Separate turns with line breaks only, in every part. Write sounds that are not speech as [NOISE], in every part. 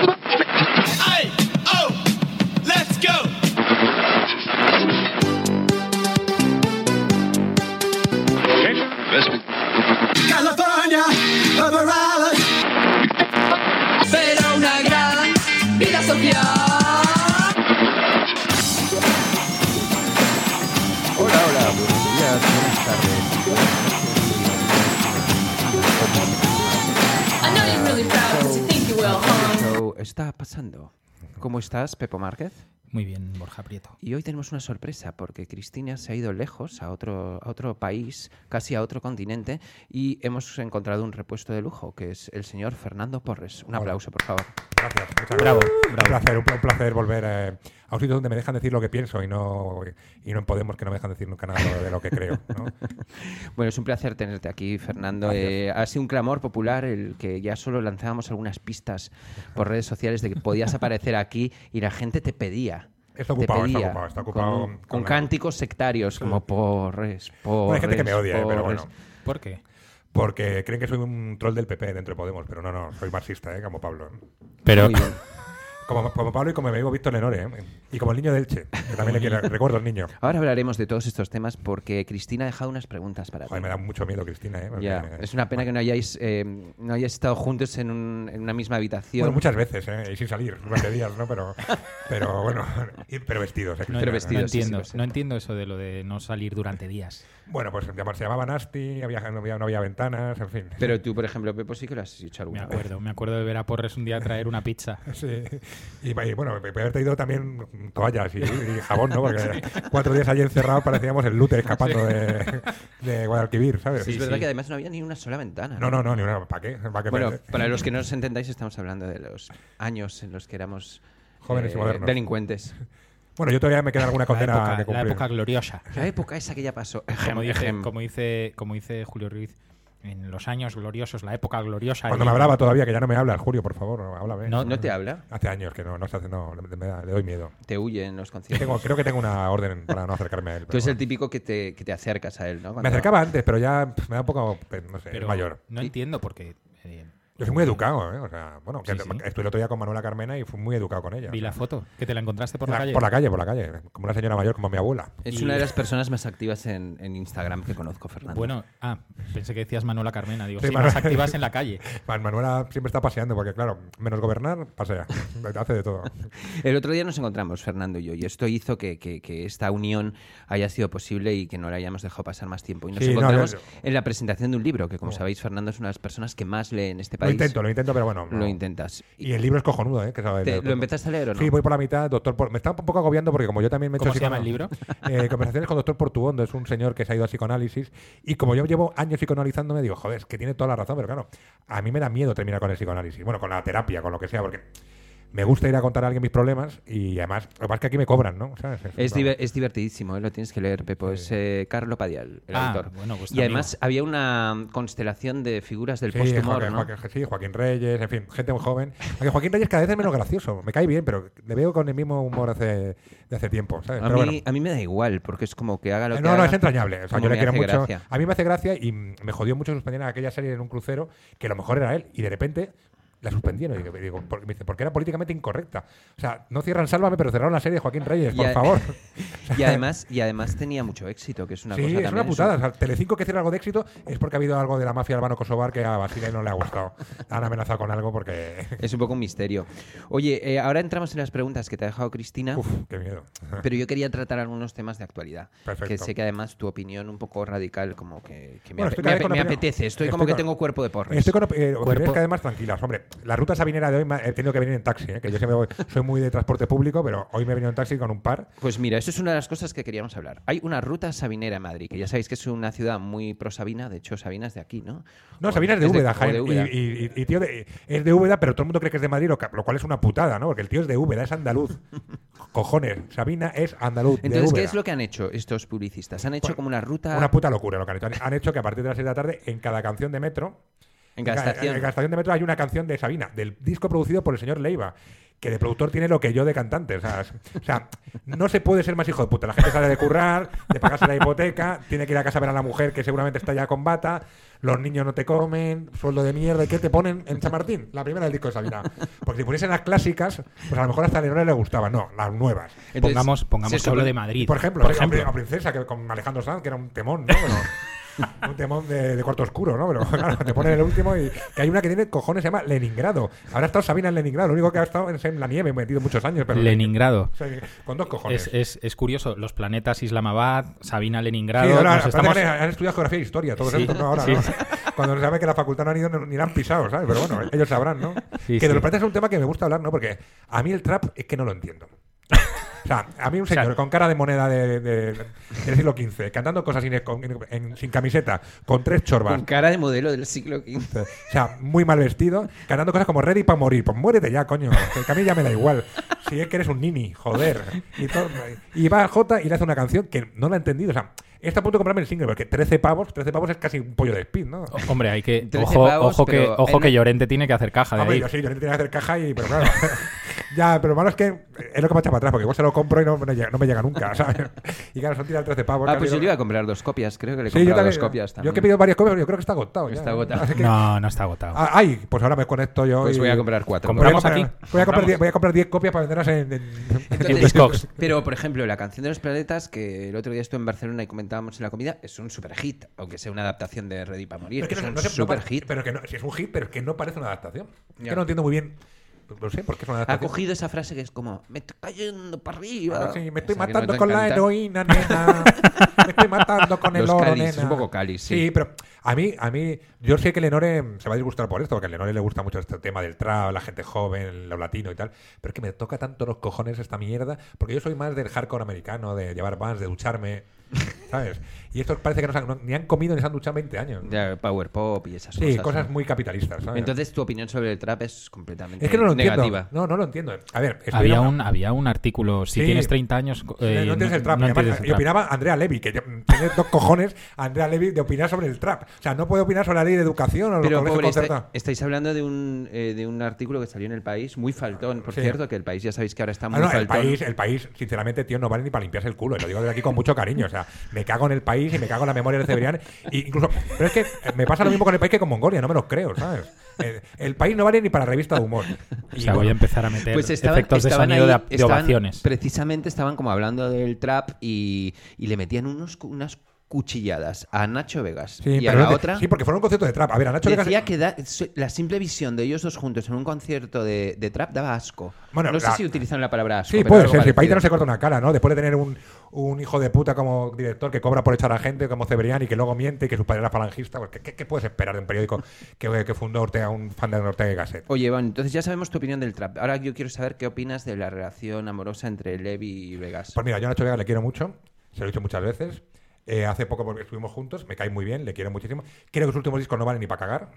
Hey, oh, let's go.
California, Rhode Island.
Será una gran vida social.
Hola, hola, buenos días, buenas tardes.
I know you're really proud because you think you will, huh?
So, está pasando. ¿Cómo estás, Pepo Márquez?
Muy bien, Borja Prieto.
Y hoy tenemos una sorpresa porque Cristina se ha ido lejos, a otro, a otro país, casi a otro continente, y hemos encontrado un repuesto de lujo, que es el señor Fernando Porres. Un aplauso, por favor.
Gracias, muchas gracias.
Bravo,
Un
bravo.
placer, un pl- un placer volver eh, a un sitio donde me dejan decir lo que pienso y no, y no en Podemos que no me dejan decir nunca nada de lo que creo. ¿no?
Bueno, es un placer tenerte aquí, Fernando. Eh, ha sido un clamor popular el que ya solo lanzábamos algunas pistas por redes sociales de que podías aparecer aquí y la gente te pedía.
Está
te
ocupado, está
pedía,
ocupado, está ocupado
Con,
con
con
la-
cánticos sectarios como Porres, Porres.
Bueno, hay gente que me odia, eh, pero
Porres".
bueno.
¿Por qué?
Porque creen que soy un troll del PP dentro de Podemos, pero no, no, soy marxista, ¿eh? como Pablo.
Pero
Muy bien.
Como, como Pablo y como mi amigo Víctor Lenore, ¿eh? y como el niño del Che, que también le quiero- recuerdo al niño.
Ahora hablaremos de todos estos temas porque Cristina ha dejado unas preguntas para ti.
Joder, me da mucho miedo, Cristina. ¿eh? Porque-
Ya, es una pena que no hayáis, eh, no hayáis estado juntos en, un- en una misma habitación.
Bueno, muchas veces, ¿eh? y sin salir, durante días, ¿no? Pero, pero bueno, y- pero vestidos. ¿eh,
no,
Cristina?
pero
no
vestido, sí, sí,
entiendo,
lo sé.
no entiendo eso de lo de no salir durante días.
Bueno, pues llam- se llamaba Nasty, había, no, había, no había ventanas, en fin.
Pero tú, por ejemplo, Pepo, sí que lo has hecho
Me
alguna vez.
acuerdo, me acuerdo de ver a Porres un día traer una
[LAUGHS]
pizza.
[LAUGHS] Sí. Y, y, bueno, me podía haber traído también toallas y, y jabón, ¿no? Porque cuatro días allí encerrados parecíamos el lute escapando de, de Guadalquivir, ¿sabes?
Sí,
es verdad
sí.
que además no había ni una sola ventana.
No, no, no, ni una. ¿Para qué? ¿Para qué
Bueno,
parece?
para los que no os entendáis, estamos hablando de los años en los que éramos eh,
Jóvenes y modernos.
delincuentes.
Bueno, yo todavía me queda alguna
La
condena
época,
que
la
cumplir.
época gloriosa.
La época esa que ya pasó. Ejem,
[LAUGHS] Como dice,
ejem.
como, dice, como dice Julio Ruiz, en los años gloriosos, la época gloriosa.
Cuando
y-
me hablaba todavía, que ya no me hablas, Julio, por favor, háblame.
No,
No te habla,
Hace años que no, no se hace, no, le- me da- le doy miedo.
te huye en los conciertos.
Tengo, creo que tengo una orden para no acercarme a él.
Tú
pero
eres el
bueno.
típico que te, que te acercas a él, ¿no?
Me
Cuando-
acercaba antes, pero ya pff, me da un poco, pues, no sé,
Pero
es mayor.
No entiendo eh, porque
Yo soy muy educado, ¿eh? O sea, bueno, que
Sí, sí.
estuve el otro día con Manuela Carmena y fui muy educado con ella.
Vi la foto, que te la encontraste por la,
Ah,
calle.
Por la calle, por la calle. Como una señora mayor, como mi abuela.
Es
Y-
una de las personas más activas en, en Instagram que conozco, Fernando.
Bueno, ah, pensé que decías Manuela Carmena. Digo,
Sí,
sí,
Manuela-
más activas en la calle.
Man- Manuela siempre está paseando, porque claro, menos gobernar, pasea. Hace de todo.
El otro día nos encontramos, Fernando y yo, y esto hizo que, que- que esta unión haya sido posible y que no la hayamos dejado pasar más tiempo. Y nos
Sí, no,
encontramos
yo-
en la presentación de un libro, que como sabéis, Fernando es una de las personas que más lee en este
Lo
país.
intento, lo intento, pero bueno. no.
Lo intentas.
Y el libro es cojonudo, ¿eh? Que sabe
Te-
leer
¿Lo
todo.
empezaste a leer o no?
Sí, voy por la mitad. Doctor Por- Me está un poco agobiando porque como yo también me he hecho
¿Cómo se llama el libro?
psicoanal-
[LAUGHS]
Eh, conversaciones con Doctor Portuondo es un señor que se ha ido a psicoanálisis y como yo llevo años psicoanalizándome digo, joder, es que tiene toda la razón, pero claro, a mí me da miedo terminar con el psicoanálisis, bueno, con la terapia, con lo que sea, porque me gusta ir a contar a alguien mis problemas y además, lo que pasa es que aquí me cobran, ¿no? ¿Sabes?
Es,
un-
diver- es divertidísimo, ¿eh? lo tienes que leer, Pepo. Es eh, Carlo Padial, el
Ah,
autor.
bueno, vuestro
y además
amigo.
había una constelación de figuras del
pues Sí,
posthumor,
Joaquín,
¿no?
Joaquín- sí, Joaquín Reyes, en fin, gente muy joven. Aunque Joaquín Reyes cada vez es menos gracioso, me cae bien, pero le veo con el mismo humor hace, de hace tiempo, ¿sabes?
A
Eh, Pero
mí,
bueno.
a mí me da igual, porque es como que haga lo
Eh,
que
No, no,
haga,
es entrañable. O sea,
como
yo le
me
quiero
hace
mucho.
gracia.
[LAUGHS] A mí me hace gracia y mm, me jodió mucho suspender aquella serie en un crucero que a lo mejor era él y de repente la suspendieron. Y digo, digo, por- me dice, porque era políticamente incorrecta. O sea, no cierran Sálvame, pero cerraron la serie de Joaquín Reyes,
Y [LAUGHS]
por
a-
favor.
Y además, y además tenía mucho éxito, que es una
sí,
cosa
es
también.
una putada. O sea, Telecinco que cierra algo de éxito es porque ha habido algo de la mafia albano-kosovar que a Basile no le ha gustado. Han amenazado con algo porque...
[LAUGHS] Es un poco un misterio. Oye, eh, ahora entramos en las preguntas que te ha dejado Cristina,
Uf, qué miedo.
pero yo quería tratar algunos temas de actualidad.
Perfecto.
Que sé que además tu opinión un poco radical, como que, que me,
Bueno,
ape- me
estoy cada vez
ape-
con
me
opinión-
apetece. Estoy, como que
con-
tengo cuerpo de porres.
Estoy con op- eh, opiniones
Cuerpo-
que además tranquilas. Hombre, la ruta sabinera de hoy me ha- he tenido que venir en taxi, ¿eh? que yo siempre voy- soy muy de transporte público, pero hoy me he venido en taxi con un par.
Pues mira, eso es una de las cosas que queríamos hablar. Hay una ruta sabinera en Madrid, que ya sabéis que es una ciudad muy pro Sabina, de hecho Sabina es de aquí, ¿no?
No,
O
Sabina es de Úbeda,
o
Jaén.
de
y-
Úbeda.
Y, y- y tío de- es de Úbeda, pero todo el mundo cree que es de Madrid, lo, ca- lo cual es una putada, ¿no? Porque el tío es de Úbeda,
[LAUGHS]
es andaluz. Cojones, Sabina es andaluz. de
Entonces, ¿qué
Úbeda.
es lo que han hecho estos publicistas? Han hecho como una ruta...
Una puta locura lo que han hecho. Han hecho que a partir de las 6 de la tarde, en cada canción de metro,
En
Ca-
Gastación.
En Gastación de Metro hay una canción de Sabina, del disco producido por el señor Leiva, que de productor tiene lo que yo de cantante. O sea, es- o sea, no se puede ser más hijo de puta. La gente sale de currar, de pagarse la hipoteca, tiene que ir a casa a ver a la mujer que seguramente está ya con bata, los niños no te comen, sueldo de mierda. ¿Y qué te ponen en Chamartín? La primera del disco de Sabina. Porque si pusiesen las clásicas, pues a lo mejor hasta a Leonora le gustaba. No, las nuevas.
Entonces,
pongamos pongamos
se
solo
supone-
de Madrid.
Por ejemplo, por Princesa, que con Alejandro Sanz, que era un temón, ¿no? [LAUGHS] Pero- un temón de, de cuarto oscuro, ¿no? Pero claro, te ponen el último y que hay una que tiene cojones, se llama Leningrado. Habrá estado Sabina en Leningrado, lo único que ha estado es en la nieve, metido muchos años, pero...
Leningrado.
O sea, con dos cojones.
Es, es- es curioso, los planetas Islamabad, Sabina
Sí,
Leningrado.
ahora,
nos
aparte
estamos-
que han, han estudiado geografía e historia, todos
Sí,
estos, ¿no? ahora,
sí.
¿no? Cuando se sabe que la facultad no han ido ni la han pisado, ¿sabes? Pero bueno, ellos sabrán, ¿no?
Sí,
que de
sí.
los planetas es un tema que me gusta hablar, ¿no? Porque a mí el trap es que no lo entiendo. O sea,
[LAUGHS]
a mí un señor
sea,
con cara de moneda de- de- del siglo XV, cantando cosas sin, con- en- sin camiseta, con tres chorbas,
Con cara de modelo del siglo XV.
eh, o sea, muy mal vestido, cantando cosas como ready para morir. Pues muérete ya, coño. Que a mí ya me da igual. Si es que eres un nini, joder. Y, todo- y va J y le hace una canción que no la he entendido. O sea, está a punto de comprarme el single, porque 13 pavos, 13 pavos es casi un pollo de speed, ¿no?
O- Hombre, hay que.
13
Ojo,
pavos,
ojo que,
pero
ojo
en-
que Llorente tiene que hacer caja de
Hombre,
ahí.
Ah, yo sí, yo le tenía que hacer caja y. Pero claro. [LAUGHS] ya, pero lo malo es que es lo que me echa para atrás, porque igual se lo compro y no, me llega- no me llega nunca, [LAUGHS] ¿sabes? Y claro, son tirar 13 pavos.
Ah,
casi
pues yo
no-
le iba a comprar dos copias, creo que le he
Sí, yo
comprado
también.
dos copias también.
Yo que he pedido varias copias, pero yo creo que está agotado. ya. ¿eh?
Está agotado.
[LAUGHS] Es que-
No, no está agotado.
Ah, ay, pues ahora me conecto yo.
Pues
y-
voy a comprar cuatro.
Compramos
voy a comprar-
aquí.
Voy a comprar
Compramos.
10 voy a comprar 10 copias para venderlas
[LAUGHS]
en. en-
Entonces,
Discogs.
Pero, por ejemplo, la canción de los planetas, que el otro día estuve en Barcelona y comentábamos en la comida, es un super hit, aunque sea una adaptación de Ready para Morir.
Pero es que
es
no-
un
no se- no
super
pare-
hit.
Pero que no, si es un hit, pero es que no parece una adaptación. Es
Ya.
que no entiendo muy bien. Pues No sé por qué es una
Ha
adaptación.
cogido esa frase que es como, me estoy cayendo para
Ah,
arriba.
sí, me estoy
Esa que
matando
nos
con la
encanta.
heroína, nena. me estoy
[LAUGHS]
matando con el
Los
oro,
cáliz,
nena.
es un poco cáliz, sí.
pero a mí, a mí, yo sé que Lenore se va a disgustar por esto, porque a Lenore le gusta mucho este tema del trap, la gente joven, lo latino y tal. Pero es que me toca tanto los cojones esta mierda, porque yo soy más del hardcore americano, de llevar vans, de
[LAUGHS]
ducharme. ¿Sabes? Y estos parece que no se han- no- ni han comido ni se han duchado en 20 años.
Ya, Power Pop y esas
sí,
cosas.
cosas,
¿no?
muy capitalistas. ¿sabes?
Entonces, tu opinión sobre el trap es completamente
es que no lo entiendo.
negativa.
No, no lo entiendo. A ver, estoy
había,
hablando-
un, había un artículo. Si
Sí.
tienes 30 años. eh,
no, no tienes el trap.
no
Y además,
entiendes el
y
trap.
opinaba Andrea Levy, que yo- tiene dos cojones Andrea Levy de opinar sobre el trap. O sea, no puede opinar sobre la ley de educación o
Pero
los
pobre,
colegios
está-
concertados.
estáis hablando de un, eh, de un artículo que salió en el país, muy faltón, por
Sí.
cierto, que el país ya sabéis que ahora está muy
Ah, no, el
faltón.
país, el país, sinceramente, tío, no vale ni para limpiarse el culo. Y lo digo desde aquí con mucho cariño. O sea, me cago en el país y me cago en la memoria de Cebrián. Y incluso, pero es que me pasa lo mismo con el país que con Mongolia, no me los creo, ¿sabes? El, el país no vale ni para revista de humor.
O
Y
sea, voy a
bueno,
empezar a meter
Pues estaban,
efectos de
estaban
sonido
ahí-
de, de
estaban-
ovaciones.
Precisamente estaban como hablando del trap y, y le metían unos, cu- unas cuchilladas a Nacho Vegas
sí,
y a
pero
la
no te-
otra.
sí, porque fue un concierto de trap. A ver, a Nacho Vegas-
Decía que da- su- la simple visión de ellos dos juntos en un concierto de, de trap daba asco.
Bueno,
no sé
la-
si utilizaron la palabra asco.
Sí,
pero
puede
algo
ser. Si Paita
parecido.
no se corta una cara, ¿no? Después de tener un, un hijo de puta como director que cobra por echar a gente como Cebrián y que luego miente y que su padre era falangista, pues, ¿qué- ¿qué, qué puedes esperar de un periódico que, que fundó Ortega, un fan de Ortega y Gasset?
Oye, Iván, entonces ya sabemos tu opinión del trap. Ahora yo quiero saber qué opinas de la relación amorosa entre Levi y Vegas.
Pues mira, yo a Nacho Vega le quiero mucho, se lo he dicho muchas veces. Eh, hace poco porque estuvimos juntos, me cae muy bien, le quiero muchísimo. Creo que sus últimos discos no valen ni para cagar.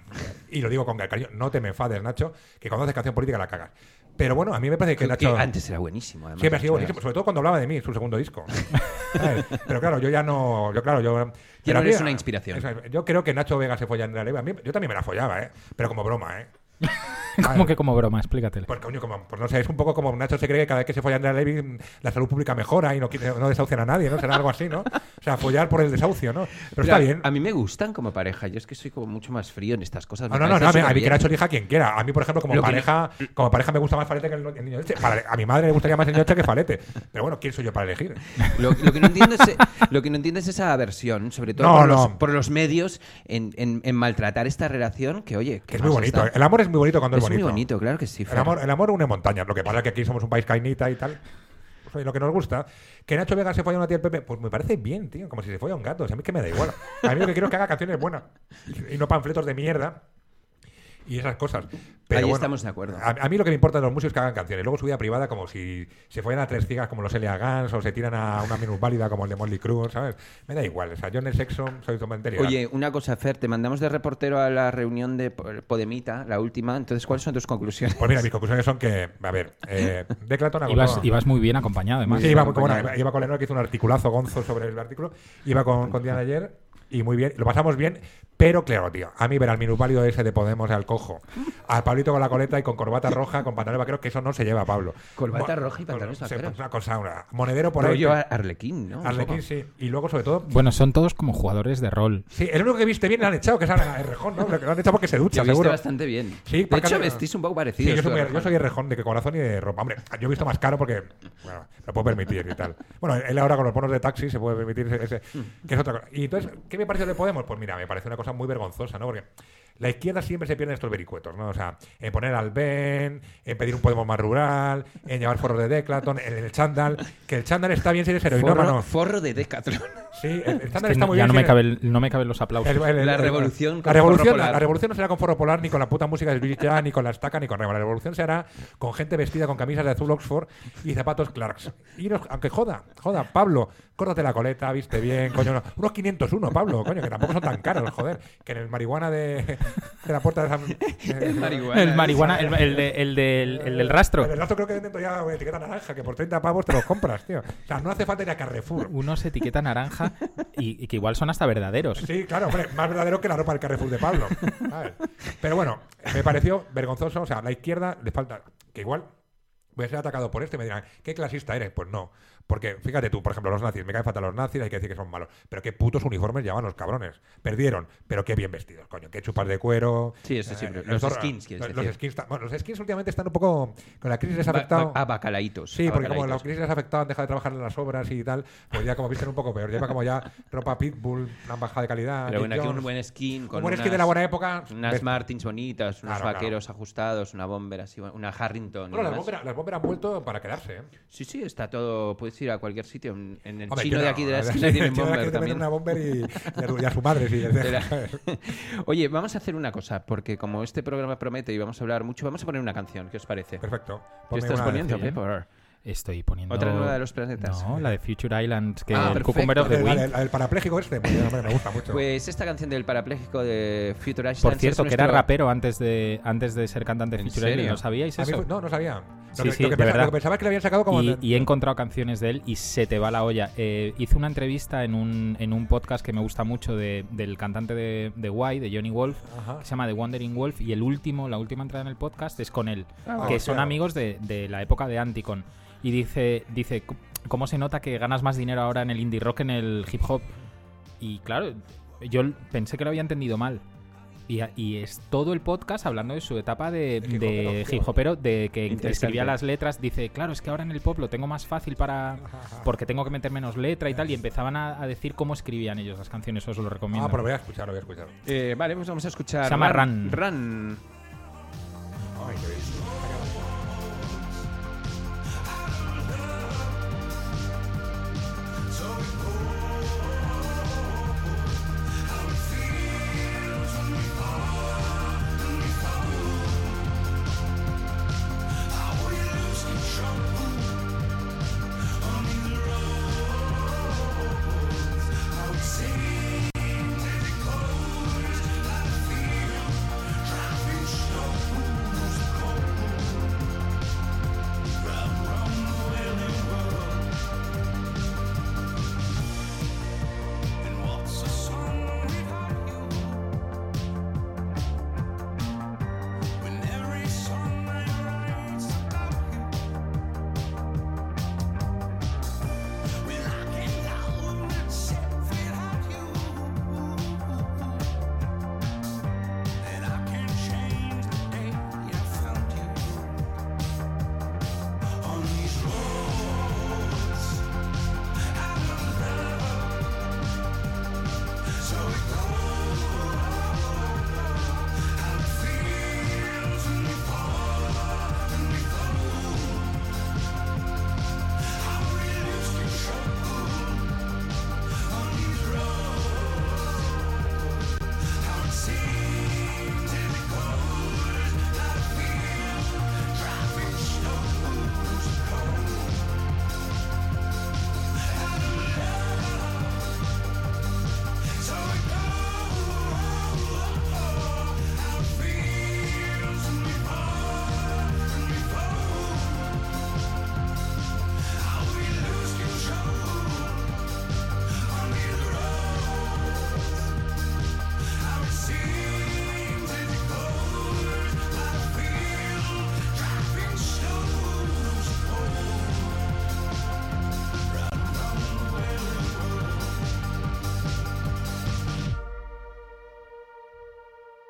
Y lo digo con cariño, no te me enfades, Nacho, que cuando haces canción política la cagas. Pero bueno, a mí me parece que
Que-
Nacho...
que antes era buenísimo, además.
Siempre ha sido
Nacho Vegas.
buenísimo, sobre todo cuando hablaba de mí, su
[LAUGHS]
segundo disco. ¿Sabes? Pero claro, yo ya no. Yo, claro, yo. pero
no
a mí-
eres una inspiración.
Eso, Yo creo que Nacho Vega se folla a Andrea Levy. A mí- Yo también me la follaba, ¿eh? Pero como broma,
[LAUGHS]
¿eh?
¿Cómo que como broma? Explícatele.
Pues coño, como, pues no sé, es un poco como Nacho se cree que cada vez que se folla a Andrea Levy mm, la salud pública mejora y no, quiere- no desahucian a nadie, ¿no? Será algo así, ¿no? O sea, follar por el desahucio, ¿no? Pero está
Mira,
bien.
A mí me gustan como pareja. Yo es que soy como mucho más frío en estas cosas.
No,
Me
no, no,
parece
no, a mí- a mí
superbién.
que Nacho elija a quien quiera. A mí, por ejemplo, como
Lo que-
pareja, como pareja me gusta más Falete que el, el niño Elche. Para- a mi madre le gustaría más el niño Elche que Falete. Pero bueno, ¿quién soy yo para elegir?
Lo, lo que no entiendo es, lo que no entiendo es esa aversión, sobre todo
No,
por,
no.
Los, por los medios, en, en- en maltratar esta relación que, oye,
Que es
más
muy bonito. ¿eh?
está?
El amor es muy bonito cuando es,
es muy bonito, claro que sí.
El
Fer.
amor, el amor une montañas. Lo que pasa es que aquí somos un país cainita y tal. Pues, oye, lo que nos gusta. Que Nacho Vega se folla a una tía del Pepe, pues me parece bien, tío. Como si se folla a un gato. O sea, a mí es que me da igual. A mí lo que quiero es que haga canciones buenas. Y no panfletos de mierda. Y esas cosas. Pero
Ahí
bueno,
estamos de acuerdo.
A, a mí lo que me importa de los músicos es que hagan canciones. Luego su vida privada, como si se fueran a tres ciegas como los Elia Gans o se tiran a una minusválida como el de Molly Cruz, ¿sabes? Me da igual. O sea, yo en el sexo soy totalmente liberal.
Oye, una cosa, Fer, te mandamos de reportero a la reunión de Po- Podemita, la última. Entonces, ¿cuáles son tus conclusiones?
Pues mira, mis conclusiones son que, a ver, eh,
[LAUGHS]
Declaton
Ibas,
agotó-
ibas muy bien acompañado, además.
Sí, iba, muy-
compañero.
bueno, iba con Leonor que hizo un articulazo gonzo sobre el artículo. Iba con, con Diana ayer y muy bien, lo pasamos bien, Pero claro, tío, a mí ver al minusválido ese de Podemos al cojo, a Pablito con la coleta y con corbata roja, con pantalones vaqueros, que eso no se lleva a Pablo.
Corbata
Mo-
roja y pantalones
se-
vaqueros.
Una cosa, una- monedero [LAUGHS] por ahí.
Rollo
tío.
a- Arlequín, ¿no? Un
Arlequín,
poco.
sí. Y luego, sobre todo,
Bueno, son todos como jugadores de rol.
sí, el único que viste bien le han echado, que es a Errejón, ¿no? Lo han echado porque se ducha,
Lo viste
seguro.
bastante bien.
Sí,
de
para
hecho,
que-
vestís un poco
Sí,
parecido.
yo soy, muy- yo soy errejón de corazón y de ropa. Hombre, yo he visto más caro porque, bueno, me lo puedo permitir y tal. Bueno, él ahora con los bonos de taxi se puede permitir ese, ese- que es otra cosa. Y entonces, ¿qué me pareció de Podemos? Pues mira, me parece una cosa muy vergonzosa, ¿no? Porque la izquierda siempre se pierde en estos vericuetos, ¿no? O sea, en poner al Ben, en pedir un Podemos más rural, en llevar forros de Declaton, en el chándal. Que el chándal está bien si eres
forro,
heroinómano.
forro de Decathlon.
Sí, el, el
Es
chándal
que
está
no-
muy
ya no
bien. si
me,
eres-
cabe el- no me caben los aplausos.
el- el- el-
La
el-
revolución con
la revolución,
forro
la,
polar.
la revolución no será con forro polar, ni con la puta música de Luis Jan, ni con las tacas, ni con rema. La revolución se hará con gente vestida con camisas de azul Oxford y zapatos Clarks. Y nos- aunque joda, joda, Pablo, córtate la coleta, viste bien, coño. no- unos 501, Pablo, coño, que tampoco son tan caros, joder. Que en el marihuana de, de la puerta de San.
[LAUGHS] El marihuana.
El marihuana, el, el de- el del- el del rastro.
El rato creo que dentro ya eh, etiqueta naranja, que por 30 pavos te los compras, tío. O sea, no hace falta ir a Carrefour.
Unos etiqueta naranja y, y que igual son hasta verdaderos.
Sí, claro, hombre, más verdadero que la ropa del Carrefour de Pablo. ¿sabes? Pero bueno, me pareció vergonzoso. O sea, a la izquierda le falta. Que igual voy a ser atacado por esto y me dirán, ¿qué clasista eres? Pues no. Porque fíjate tú, por ejemplo, los nazis. Me caen fatal los nazis, hay que decir que son malos. Pero qué putos uniformes llevan los cabrones. Perdieron, pero qué bien vestidos, coño. Qué chupas de cuero.
Sí, eso siempre. Los
zorra-
skins, quieres
los,
decir.
skins ta- bueno, los skins últimamente están un poco. Con la crisis les ha
Ba-
afectado.
ba- a bacalaitos.
Sí,
a
porque como la
bacalaitos.
crisis les ha afectado, han dejado de trabajar en las obras y tal, pues ya como visten un poco peor. Lleva como ya ropa pitbull, una baja de calidad.
Pero
Nick
bueno, aquí un
Jones.
buen skin. Con
Un buen
unas,
skin de la buena época.
Unas
ves-
Martins bonitas, unos
Claro, claro.
vaqueros ajustados, una bomber así, una Harrington. y
Bueno, las
demás.
bomberas, las bomberas han vuelto para quedarse. ¿eh?
Sí, sí, está todo. Puedes ir a cualquier sitio. En, en el
Hombre,
chino
tío,
de aquí de la
no,
esquina tienen
tío, de aquí
bomber
te meten
también.
una bomber y, y a, su- y a su madre. Sí,
De la-
¿sabes?
[LAUGHS] Oye, vamos a hacer una cosa, porque como este programa promete y vamos a hablar mucho, vamos a poner una canción. ¿Qué os parece?
Perfecto.
¿Qué
Ponme
estás
una ¿eh?
poniendo,
de-
Pepe?
Estoy poniendo.
Otra nueva de los planetas.
No, la de Future Islands, que
Ah,
el
perfecto.
Cucumber of the
Vale,
Week.
vale, el, el parapléjico este, pues, hombre, me gusta mucho.
Pues esta canción del parapléjico de Future Islands.
Por
es
cierto, que era
nuestro-
rapero antes de, antes de ser cantante de
¿En
Future Islands.
serio?
¿No sabíais
A mí
eso?
fue- no, no sabía. Lo,
Sí,
que,
sí,
lo, que
de
pensaba,
verdad.
lo que pensaba es que lo habían sacado como.
y,
de-
y he encontrado canciones de él y se te va la olla. Eh, hice una entrevista en un, en un podcast que me gusta mucho de- del cantante de, de Why, de Johnny Wolf,
Ajá.
que se llama The Wandering Wolf. Y el último, la última entrada en el podcast es con él,
bueno.
que
Ah,
son
claro.
amigos de, de la época de Anticon. Y dice, dice, "C- ¿cómo se nota que ganas más dinero ahora en el indie rock que en el hip hop? Y claro, yo l- pensé que lo había entendido mal. Y, a- y es todo el podcast hablando de su etapa de,
De hip
de
hopero.
hip hopero, de que
Interesante.
escribía las letras, dice, claro, es que ahora en el pop lo tengo más fácil
[LAUGHS]
para... porque tengo que meter menos letra y tal, y empezaban a, a decir cómo escribían ellos las canciones, eso os lo recomiendo.
Ah, pero voy a escuchar, lo voy a escuchar.
Eh, vale, pues vamos a escuchar.
Se llama Run.
Run.
Ay, qué bien.
Driving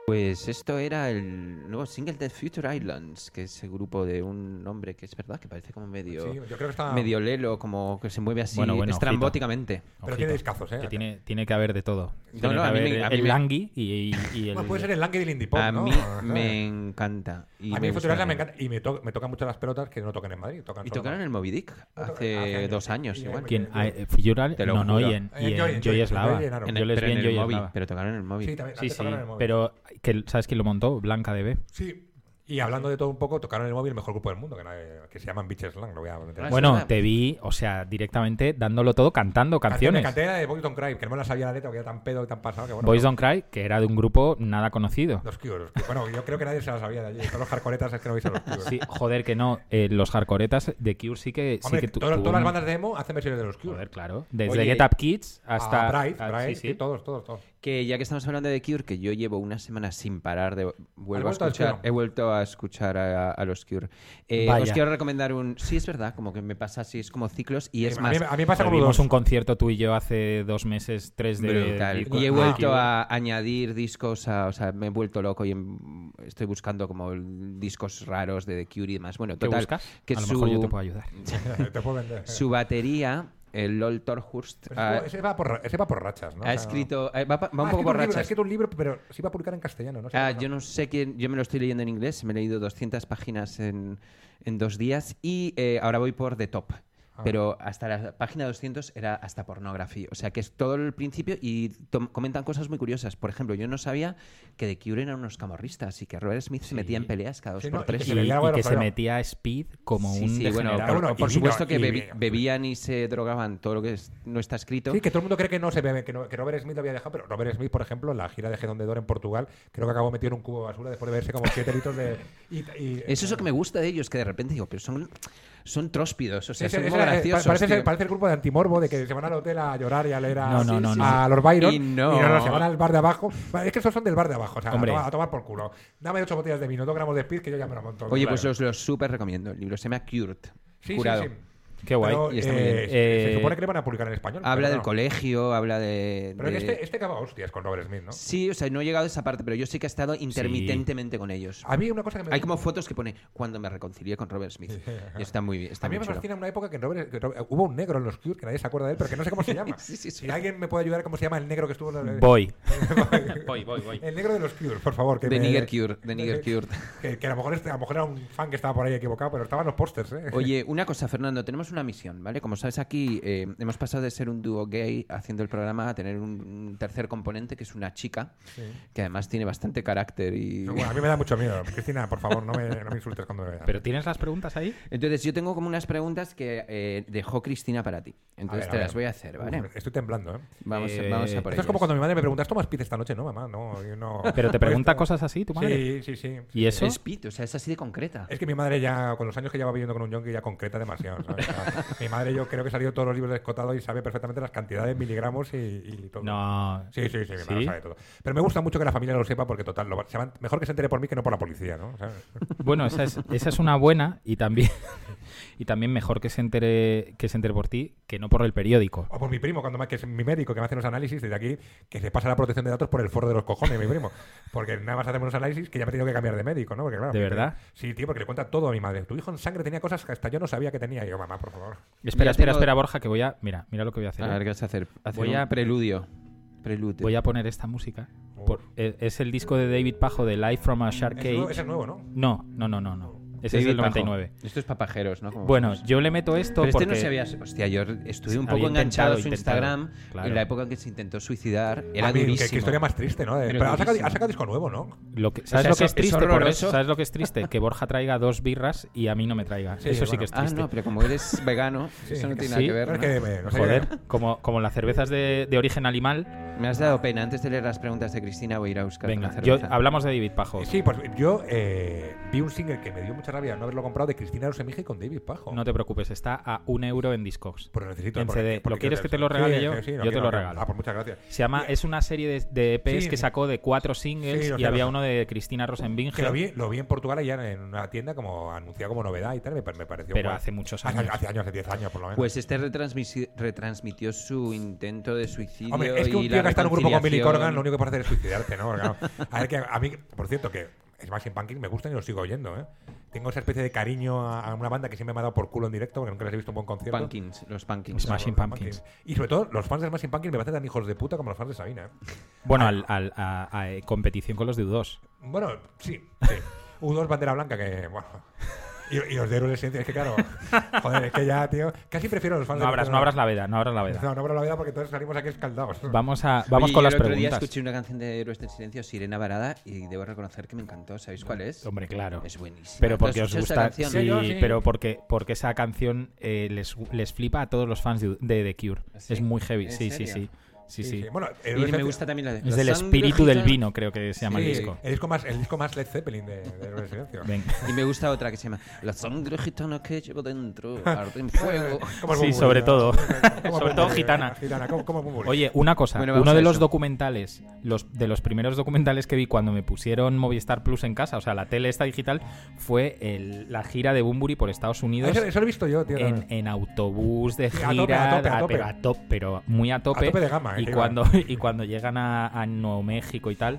Pues esto era el nuevo single de Future Islands, que es el grupo de un hombre que es verdad que parece como medio,
Sí, yo creo que está-
medio lelo, como que se mueve así
Bueno, bueno, ojito.
estrambóticamente.
Pero
Ojito,
tiene discazos, ¿eh?
Que tiene, tiene que haber de todo. Tiene
no,
que
a mí
haber
me- a mí
el
me-
langui y, y-
[LAUGHS]
y el.
Bueno, puede ser el Langue del Indie Pop,
a
¿no?
mí
¿Sabes?
me encanta. Y
a mí
gusta
Future Island me
también.
encanta y me, to- me tocan mucho las pelotas que no tocan en Madrid. Tocan
Y
solo
tocaron
en
en el Moby Dick
tocan-
hace
hace años.
dos años
Sí,
igual.
ahí
[LAUGHS] ¿Quién?
Yo-
Ah, eh, Fuyoral-
Te lo
no, no,
juro.
y en, y
Eh,
en
Joy-
Joy
Joy-
Eslava.
Joy llenaron.
En-
Yo
Yo les
pero
vi
en
en
el
Joy
Moby,
Eslava.
pero tocaron en el Moby.
Sí, también.
Sí,
antes
sí,
tocaron en el móvil.
pero que, ¿sabes quién lo montó? Blanca DB.
Ah,
Sí. Y hablando de todo un poco, tocaron en el móvil el mejor grupo del mundo, que, nadie- que se llaman Bitches Lang, lo voy a meter.
Ah,
aquí.
Bueno,
verdad.
te vi, o sea, directamente dándolo todo cantando canciones.
Canté la de Boys Don't Cry, que no me la sabía la letra, que era tan pedo y tan pasado. Que, bueno,
Boys Don't Cry, que era de un grupo nada conocido.
Los Cure, los Cure. Bueno, yo creo que nadie se la sabía de allí. Todos los hardcoretas es que no veis a los Cure.
Sí, joder, que no. eh, los hardcoretas de Cure sí que, sí
Hombre,
que tu-
todas,
tuvo
todas las
un-
bandas de emo hacen versiones de los Cure.
Joder, claro. Desde
Oye,
Get Up Kids
A
hasta.
Bright,
ah,
Bright,
sí, sí.
sí, todos, todos, todos.
Que ya que estamos hablando de Cure, que yo llevo una semana sin parar de vuelvo a
vuelto al
escuchar,
Cure?
he vuelto a escuchar a, a los Cure. Eh,
Vaya.
os quiero recomendar un, sí es verdad, como que me pasa así, es como ciclos y es
a,
más
mí, a mí me pasa como
Tuvimos
los...
un concierto tú y yo hace dos meses, tres de.
brutal.
de-
Y he
de
vuelto
Cure.
a añadir discos, a- o sea, me he vuelto loco y em- estoy buscando como discos raros de The Cure y demás. Bueno,
¿Qué
total,
buscas?
que
a lo
su,
mejor yo te puedo ayudar.
[LAUGHS] Te puedo vender.
su batería, el LOL Torhurst,
Pero
ha,
ese- ese, va por, ese va por rachas, ¿no?
Ah, ha
O sea,
escrito, eh, va, pa- va un poco
Ah, ha escrito libro,
borracha.
Ha escrito un libro, pero se iba a publicar en castellano, ¿no? sé
Ah,
cómo.
yo no sé quién. Yo me lo estoy leyendo en inglés. Me he leído 200 páginas en, en dos días. Y eh, ahora voy por The Top.
Ah.
Pero hasta la página 200 era hasta pornografía. O sea, que es todo el principio y tom- comentan cosas muy curiosas. Por ejemplo, yo no sabía que The Cure eran unos camorristas y que Robert Smith se metía en peleas cada dos
Sí,
por
no, y
tres.
Y,
le veía
y
bueno,
que se
claro.
metía a Speed como
Sí,
un.
sí, bueno,
degenerado.
por,
Bueno, y
por
vino,
supuesto que
y
bebi-
vino.
bebían y se drogaban todo lo que es- no está escrito.
Sí, que todo el mundo cree que no se bebe, que, no- que Robert Smith lo había dejado, pero Robert Smith, por ejemplo, en la gira de Gedón de Dor en Portugal, creo que acabó metido en un cubo de basura después de verse como 7 litros de. y- y-
[LAUGHS] Eso es lo que me gusta de ellos, que de repente digo, pero son, son tróspidos, o sea,
Ese-
son
ese-
como
eh,
graciosos.
parece,
tío.
parece el grupo de antimorbo de que se van al hotel a llorar y a leer a,
No, no, no,
a
no.
Lord Byron.
Y no.
se van al bar de abajo. Vale, Es que esos son del bar de abajo, o sea, a
Hombre.
tomar, a tomar por culo. Dame 8 botellas de vino, 2 gramos de speed que yo ya me lo monto.
Oye, pues
Claro.
os los súper recomiendo. El libro se llama Cured.
Sí, sí,
curado.
sí.
Qué guay.
Pero,
Y está muy
eh,
bien.
se- se
Eh,
supone que le van a publicar en español.
Habla
pero
del
no.
colegio, habla de.
Pero
de-
este, este acaba hostias con Robert Smith, ¿no?
Sí, o sea, no he llegado a esa parte, pero yo sí que he estado intermitentemente con ellos.
A mí una cosa que me.
Hay como fotos que pone cuando me reconcilié con Robert Smith. Y está muy bien. Está
A mí
muy
me
chulo.
fascina una época que, en Robert- que Robert- hubo un negro en los Cure, que nadie se acuerda de él, pero que no sé
[LAUGHS]
cómo se llama.
Sí, sí, sí.
Si alguien me puede ayudar cómo se llama el negro que estuvo en los...
Voy.
voy, voy, voy. [LAUGHS] El negro de los Cure, por favor. Que
De
me-
Nigger Cure, de Nigger Cure.
[LAUGHS] Que, que a, lo mejor este- a lo mejor era un fan que estaba por ahí equivocado, pero estaban los pósters, ¿eh? [LAUGHS]
Oye, una cosa, Fernando, tenemos una misión, ¿vale? Como sabes, aquí eh, hemos pasado de ser un dúo gay haciendo el programa a tener un, un tercer componente que es una chica, que además tiene bastante carácter y.
Bueno, a mí me da mucho miedo. Cristina, por favor, no me, no me insultes cuando me veas.
¿Pero tienes las preguntas ahí?
Entonces, yo tengo como unas preguntas que eh, dejó Cristina para ti. Entonces,
ver,
te
a
las
ver.
voy a hacer,
Uf,
¿vale?
estoy temblando, ¿eh?
Vamos,
Eh,
vamos a por
Esto es
ellas.
como cuando mi madre me pregunta, ¿has tomado speed esta noche? No, mamá, no. yo no. Pues,
Pero te pregunta
Esto-
cosas así, tu madre.
Sí, sí, sí.
¿Y eso?
Es pito, o sea, es así de concreta.
Es que mi madre ya, con los años que lleva viviendo con un yonki, ya concreta demasiado. ¿sabes? O
[LAUGHS]
sea, mi madre yo creo que ha salido todos los libros de escotado y sabe perfectamente las cantidades, miligramos y, y todo.
No.
Sí, sí, sí, mi madre
¿Sí?
sabe todo. Pero me gusta mucho que la familia lo sepa porque, total, lo va- se van- mejor que se entere por mí que no por la policía, ¿no? ¿Sabes?
Bueno, esa es, esa es una buena y también, [LAUGHS] y también mejor que se entere que se entere por ti que no por el periódico.
O por mi primo, cuando me- que es mi médico, que me hace los análisis desde aquí, que se pasa la protección de datos por el forro de los cojones, mi primo. Porque nada más hacemos unos análisis que ya me he tenido que cambiar de médico, ¿no? Porque, claro,
¿De
mi-
verdad?
Sí, tío, porque le cuenta todo a mi madre. Tu hijo en sangre tenía cosas que hasta yo no sabía que tenía. Y yo, mamá, por favor.
Espera,
Mira,
espera,
tengo-
espera, Borja, que voy a. Mira, mira lo que voy a hacer.
A ver, ¿qué vas a hacer? Hacer
Voy
un
a-
preludio. Preludio.
Voy a poner esta música. por- e- es el disco de David Pajo de Live from a Shark
Ese es nuevo-
Cage.
ese es nuevo, ¿no?
No, no, no, no, no. Ese es
David
del
Pajo.
99.
Esto es papajeros, ¿no? Como-
Bueno, yo le meto esto
Pero este
porque
no se había... Hostia, yo estuve un
Había
poco enganchado a su
intentado, intentado,
Instagram
claro.
en la época en que se intentó suicidar. Era
Ah, bien, qué-
durísimo.
Qué, historia más triste, ¿no? Eh,
Pero
Pero ha sacado,
durísimo.
ha sacado disco nuevo, ¿no?
lo que- ¿sabes
sea,
lo
es-
que es
es
triste? por
horroroso.
eso? ¿Sabes lo que es triste? Que Borja traiga dos birras y a mí no me traiga.
Sí,
eso sí
bueno.
que es
Ah,
triste.
no, pero como
[LAUGHS]
eres vegano, eso no tiene nada
Sí.
que ver.
Pero es
¿no?
que, eh, no sé,
Joder, como, como las cervezas de, de origen animal.
Me has dado pena. Antes de leer las preguntas de Cristina, voy a ir a buscar una
Venga, yo,
cerveza.
hablamos de David Pajo.
Sí, pues yo eh, vi un single que me dio mucha rabia no haberlo comprado de Cristina Rosemige con David Pajo.
No te preocupes, está a un euro en Discogs.
Pues lo necesito.
en
porque-
CD.
porque
¿Lo quieres
yo
que te lo regale
Sí,
yo?
sí, sí,
Yo te
quiero,
lo
quiero.
regalo.
Ah, pues muchas gracias.
Se llama, es una serie de, de EPs
Sí.
que sacó de cuatro singles
Sí, lo
y
sé,
había
lo sé.
uno de Cristina Rosenbinger.
Que lo vi, lo vi en Portugal allá en una tienda como anunciado como novedad y tal, me, me pareció.
Pero
guay.
hace muchos
Hace-
años.
Hace años, hace 10 años por lo menos.
Pues este retransmisi- retransmitió su intento de suicidio
Hombre, es que un
y
tío
la
que ha está en un grupo con Billy
reconciliación.
Corgan, lo único que puedes hacer es suicidarte, ¿no?
[LAUGHS]
Claro. A ver, que a mí, por cierto, que Smashing Pumpkins me gustan y los sigo oyendo, ¿eh? Tengo esa especie de cariño a a una banda que siempre me ha dado por culo en directo porque nunca les he visto en buen concierto.
Pumpkins, los Pumpkins.
Smash. Smashing
Los
Pumpkins.
Y sobre todo, los fans de Smashing Pumpkins me parecen tan hijos de puta como los fans de Sabina. ¿eh?
Bueno, al, al- a, a, eh, competición con los de U2.
Bueno, sí, sí. U2 bandera blanca que, bueno. Y, y los de Héroes del Silencio, es que claro. Joder, es que ya, tío. Casi prefiero los fans
No
de
abras, no abras la veda, no abras la veda.
No, no abras la vida porque entonces salimos aquí escaldados.
Vamos, a, vamos
Oye,
con
yo
las
el otro día
preguntas.
escuché una canción de Héroes del Silencio, Sirena Varada, y debo reconocer que me encantó. ¿Sabéis cuál es?
Hombre, claro.
Es buenísima.
Pero
¿Tú has
porque os
escuchado esa
gusta.
canción?
sí,
Sí, yo sí.
pero porque, porque esa canción eh, les, les flipa a todos los fans de, de The Cure.
¿Ah, ¿Sí?
Es muy heavy.
¿En
Sí, sí, sí,
serio?
sí, sí.
Bueno,
Y
Héroes del
me
Silencio-
gusta también la de...
Es
Los
del
sangre
espíritu del
gitana.
vino, creo que se llama
Sí,
el disco.
El disco más, el disco más Led Zeppelin de, de Héroes del Silencio.
Ven.
Y me gusta otra que se llama La sangre gitana que llevo
[LAUGHS]
dentro, arde en fuego.
Como el
Sí,
Bumburi,
sobre
¿no?
todo.
Como el
[LAUGHS] Sobre
Bumburi,
todo
¿no?
gitana.
Gitana, como, como el Bumburi.
Oye, una cosa.
Bueno, vamos
uno
a
de los
eso.
documentales, los, de los primeros documentales que vi cuando me pusieron Movistar Plus en casa, o sea, la tele esta digital, fue el- la gira de Bumburi por Estados
Ah,
Unidos.
eso, eso lo he visto yo, tío.
en,
también.
en autobús de
Sí,
gira,
a tope, a tope, a tope.
pero a top- pero muy a tope.
A tope de gama, eh,
y,
que
cuando, y cuando llegan a, a Nuevo México y tal,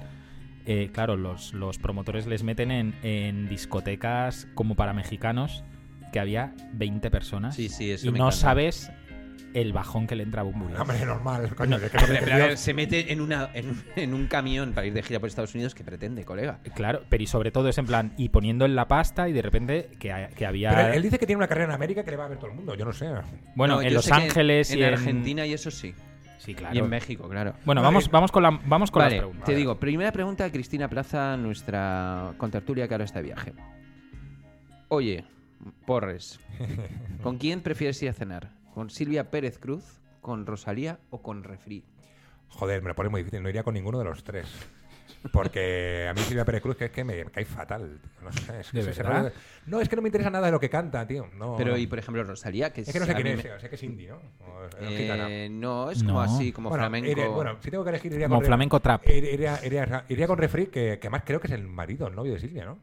eh, claro, los, los promotores les meten en, en discotecas como para mexicanos, que había 20 personas.
Sí, sí, eso
y
me
no
encanta.
sabes el bajón que le entra a Bumburi.
[LAUGHS] Hombre, normal, coño. de que
Hombre, pero a
Dios.
ver, se mete en, una, en, un- en un camión para ir de gira por Estados Unidos que pretende, colega.
Claro, pero y sobre todo es en plan, y poniendo en la pasta y de repente que, ha- que había...
Pero él, él dice que tiene una carrera en América que le va a ver todo el mundo. Yo no sé.
bueno,
No,
en
yo
Los
sé que
Ángeles
en,
y en
Argentina y eso sí.
Sí, claro.
Y en México, claro.
Bueno,
Vale.
vamos, vamos con, la, vamos con las
Vale,
preguntas.
te digo, primera pregunta, Cristina Plaza, nuestra contertulia que ahora está de viaje. Oye,
[LAUGHS]
Porres, ¿con quién prefieres ir a cenar? ¿Con Silvia Pérez Cruz, con Rosalía o con Refri?
Joder, me lo pone muy difícil. No iría con ninguno de los tres. Porque a mí Silvia Pérez Cruz que es que me cae fatal. tío. No sé. Es que
¿De
se- se
verdad?
rollo de- No, es que no me interesa nada de lo que canta, tío. No,
Pero,
no.
y por ejemplo, Rosalía, que
Es que no sé
a
quién
mí
es.
me-
o sea, que es indie, ¿no? O es- es gitana.
Eh, no, es como
No.
así, como flamenco.
iré- bueno, si tengo que elegir, iría
Como
con
flamenco trap.
Iría, iría- iría- iría con Refri, que, que además creo que es el marido, el novio de Silvia, ¿no?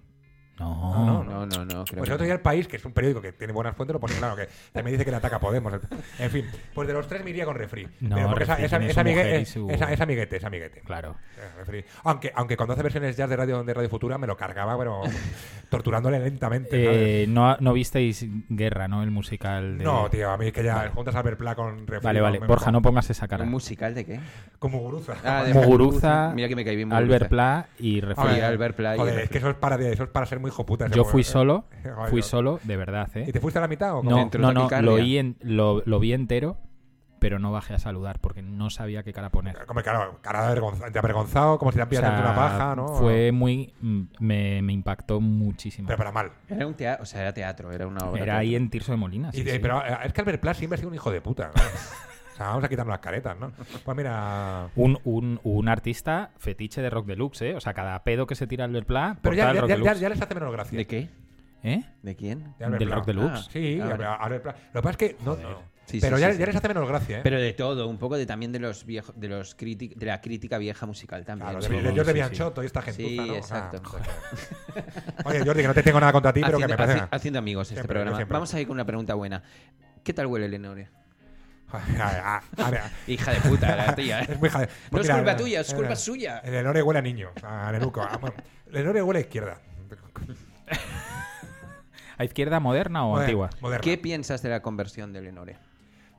No,
no,
Ah, no, no, no, creo
Pues
que
el otro
no.
día El País, que es un periódico que tiene buenas fuentes, lo pone claro, que también dice que le ataca a Podemos. En fin, pues de los tres me iría con Refri.
No,
Pero porque
Refri
esa, esa,
tiene
esa
su
amigue-
mujer y
es-
su-
esa- es amiguete, es amiguete.
Claro.
Eh, Refri. Aunque, aunque cuando hace versiones jazz de Radio, de radio Futura me lo cargaba, pero torturándole lentamente. ¿sabes?
Eh, no, no visteis Guerra, ¿no? El musical. de-
No, tío, a mí es que ya juntas a Verpla con Refri.
Vale, vale.
me-
Borja, no pongas esa cara.
¿Un musical de qué?
Como guruza.
Ah,
[LAUGHS]
de-
Muguruza,
Mira que me caí bien Muguruza.
Albert Pla y
Ah,
Refri.
Joder, Albert Pla y
Joder,
Refri.
es que eso es para, eso es para ser muy hijoputa. ese
Yo
juego,
fui
¿eh?
solo,
[LAUGHS] Joder,
fui
no.
solo, de verdad, ¿eh?
¿Y te fuiste a la mitad o cómo?
No,
Dentro
no,
de
no,
taquicardia.
lo, oí en- lo, lo vi entero, pero no bajé a saludar porque no sabía qué cara poner.
Como, claro, cara de avergonzado, de avergonzado, como si te han
O
pillado
sea,
dentro de una paja, ¿no?
Fue muy. mm, Me, me impactó muchísimo.
Pero para mal.
Era un teatro, o sea, era teatro, era una obra.
Era ahí
teatral.
en Tirso de Molina. sí,
Y de-
sí.
Pero eh, es que Albert Pla siempre ha sido un hijo
[LAUGHS]
de puta. ¿no? o sea, vamos a quitarnos las caretas, ¿no? Pues mira.
Un, un, un artista fetiche de rock deluxe, ¿eh? O sea, cada pedo que se tira Albert Pla,
Pero ya,
portada de
ya,
rock
ya- ya-
deluxe.
ya les hace menos gracia.
¿De qué?
¿Eh?
¿De quién?
De Albert
del
Pla.
rock deluxe.
Sí,
Ah, vale.
Albert- Albert Pla. Lo que pasa es que. No, no.
Sí,
pero
sí,
ya,
sí, sí.
ya les hace menos gracia, ¿eh?
Pero de todo, un poco de también de los viejos, de los crític- de la crítica vieja musical también.
Claro,
Sí.
de,
sí,
yo te
sí,
vi
sí.
Choto y esta gente.
Sí,
¿no?
exacto.
Ah. [LAUGHS] Oye, Jordi, que no te tengo nada
[LAUGHS]
contra ti, pero que
haciendo,
me parece.
haci- haciendo amigos este
Siempre,
programa.
siempre.
Vamos a ir con una pregunta buena. ¿Qué tal huele Lenore?
[LAUGHS] A ver, a ver,
[LAUGHS] Hija de puta, la tía.
[LAUGHS] Es muy jade-
[LAUGHS] No
Pues
es
mira,
culpa
eh,
tuya, es
eh,
culpa suya.
El Lenore huele a niño, a nenuco. Ah, bueno, El Lenore huele a izquierda.
¿A izquierda moderna o
Moder- [LAUGHS]
antigua?
Moderna.
¿Qué piensas de la conversión de Lenore?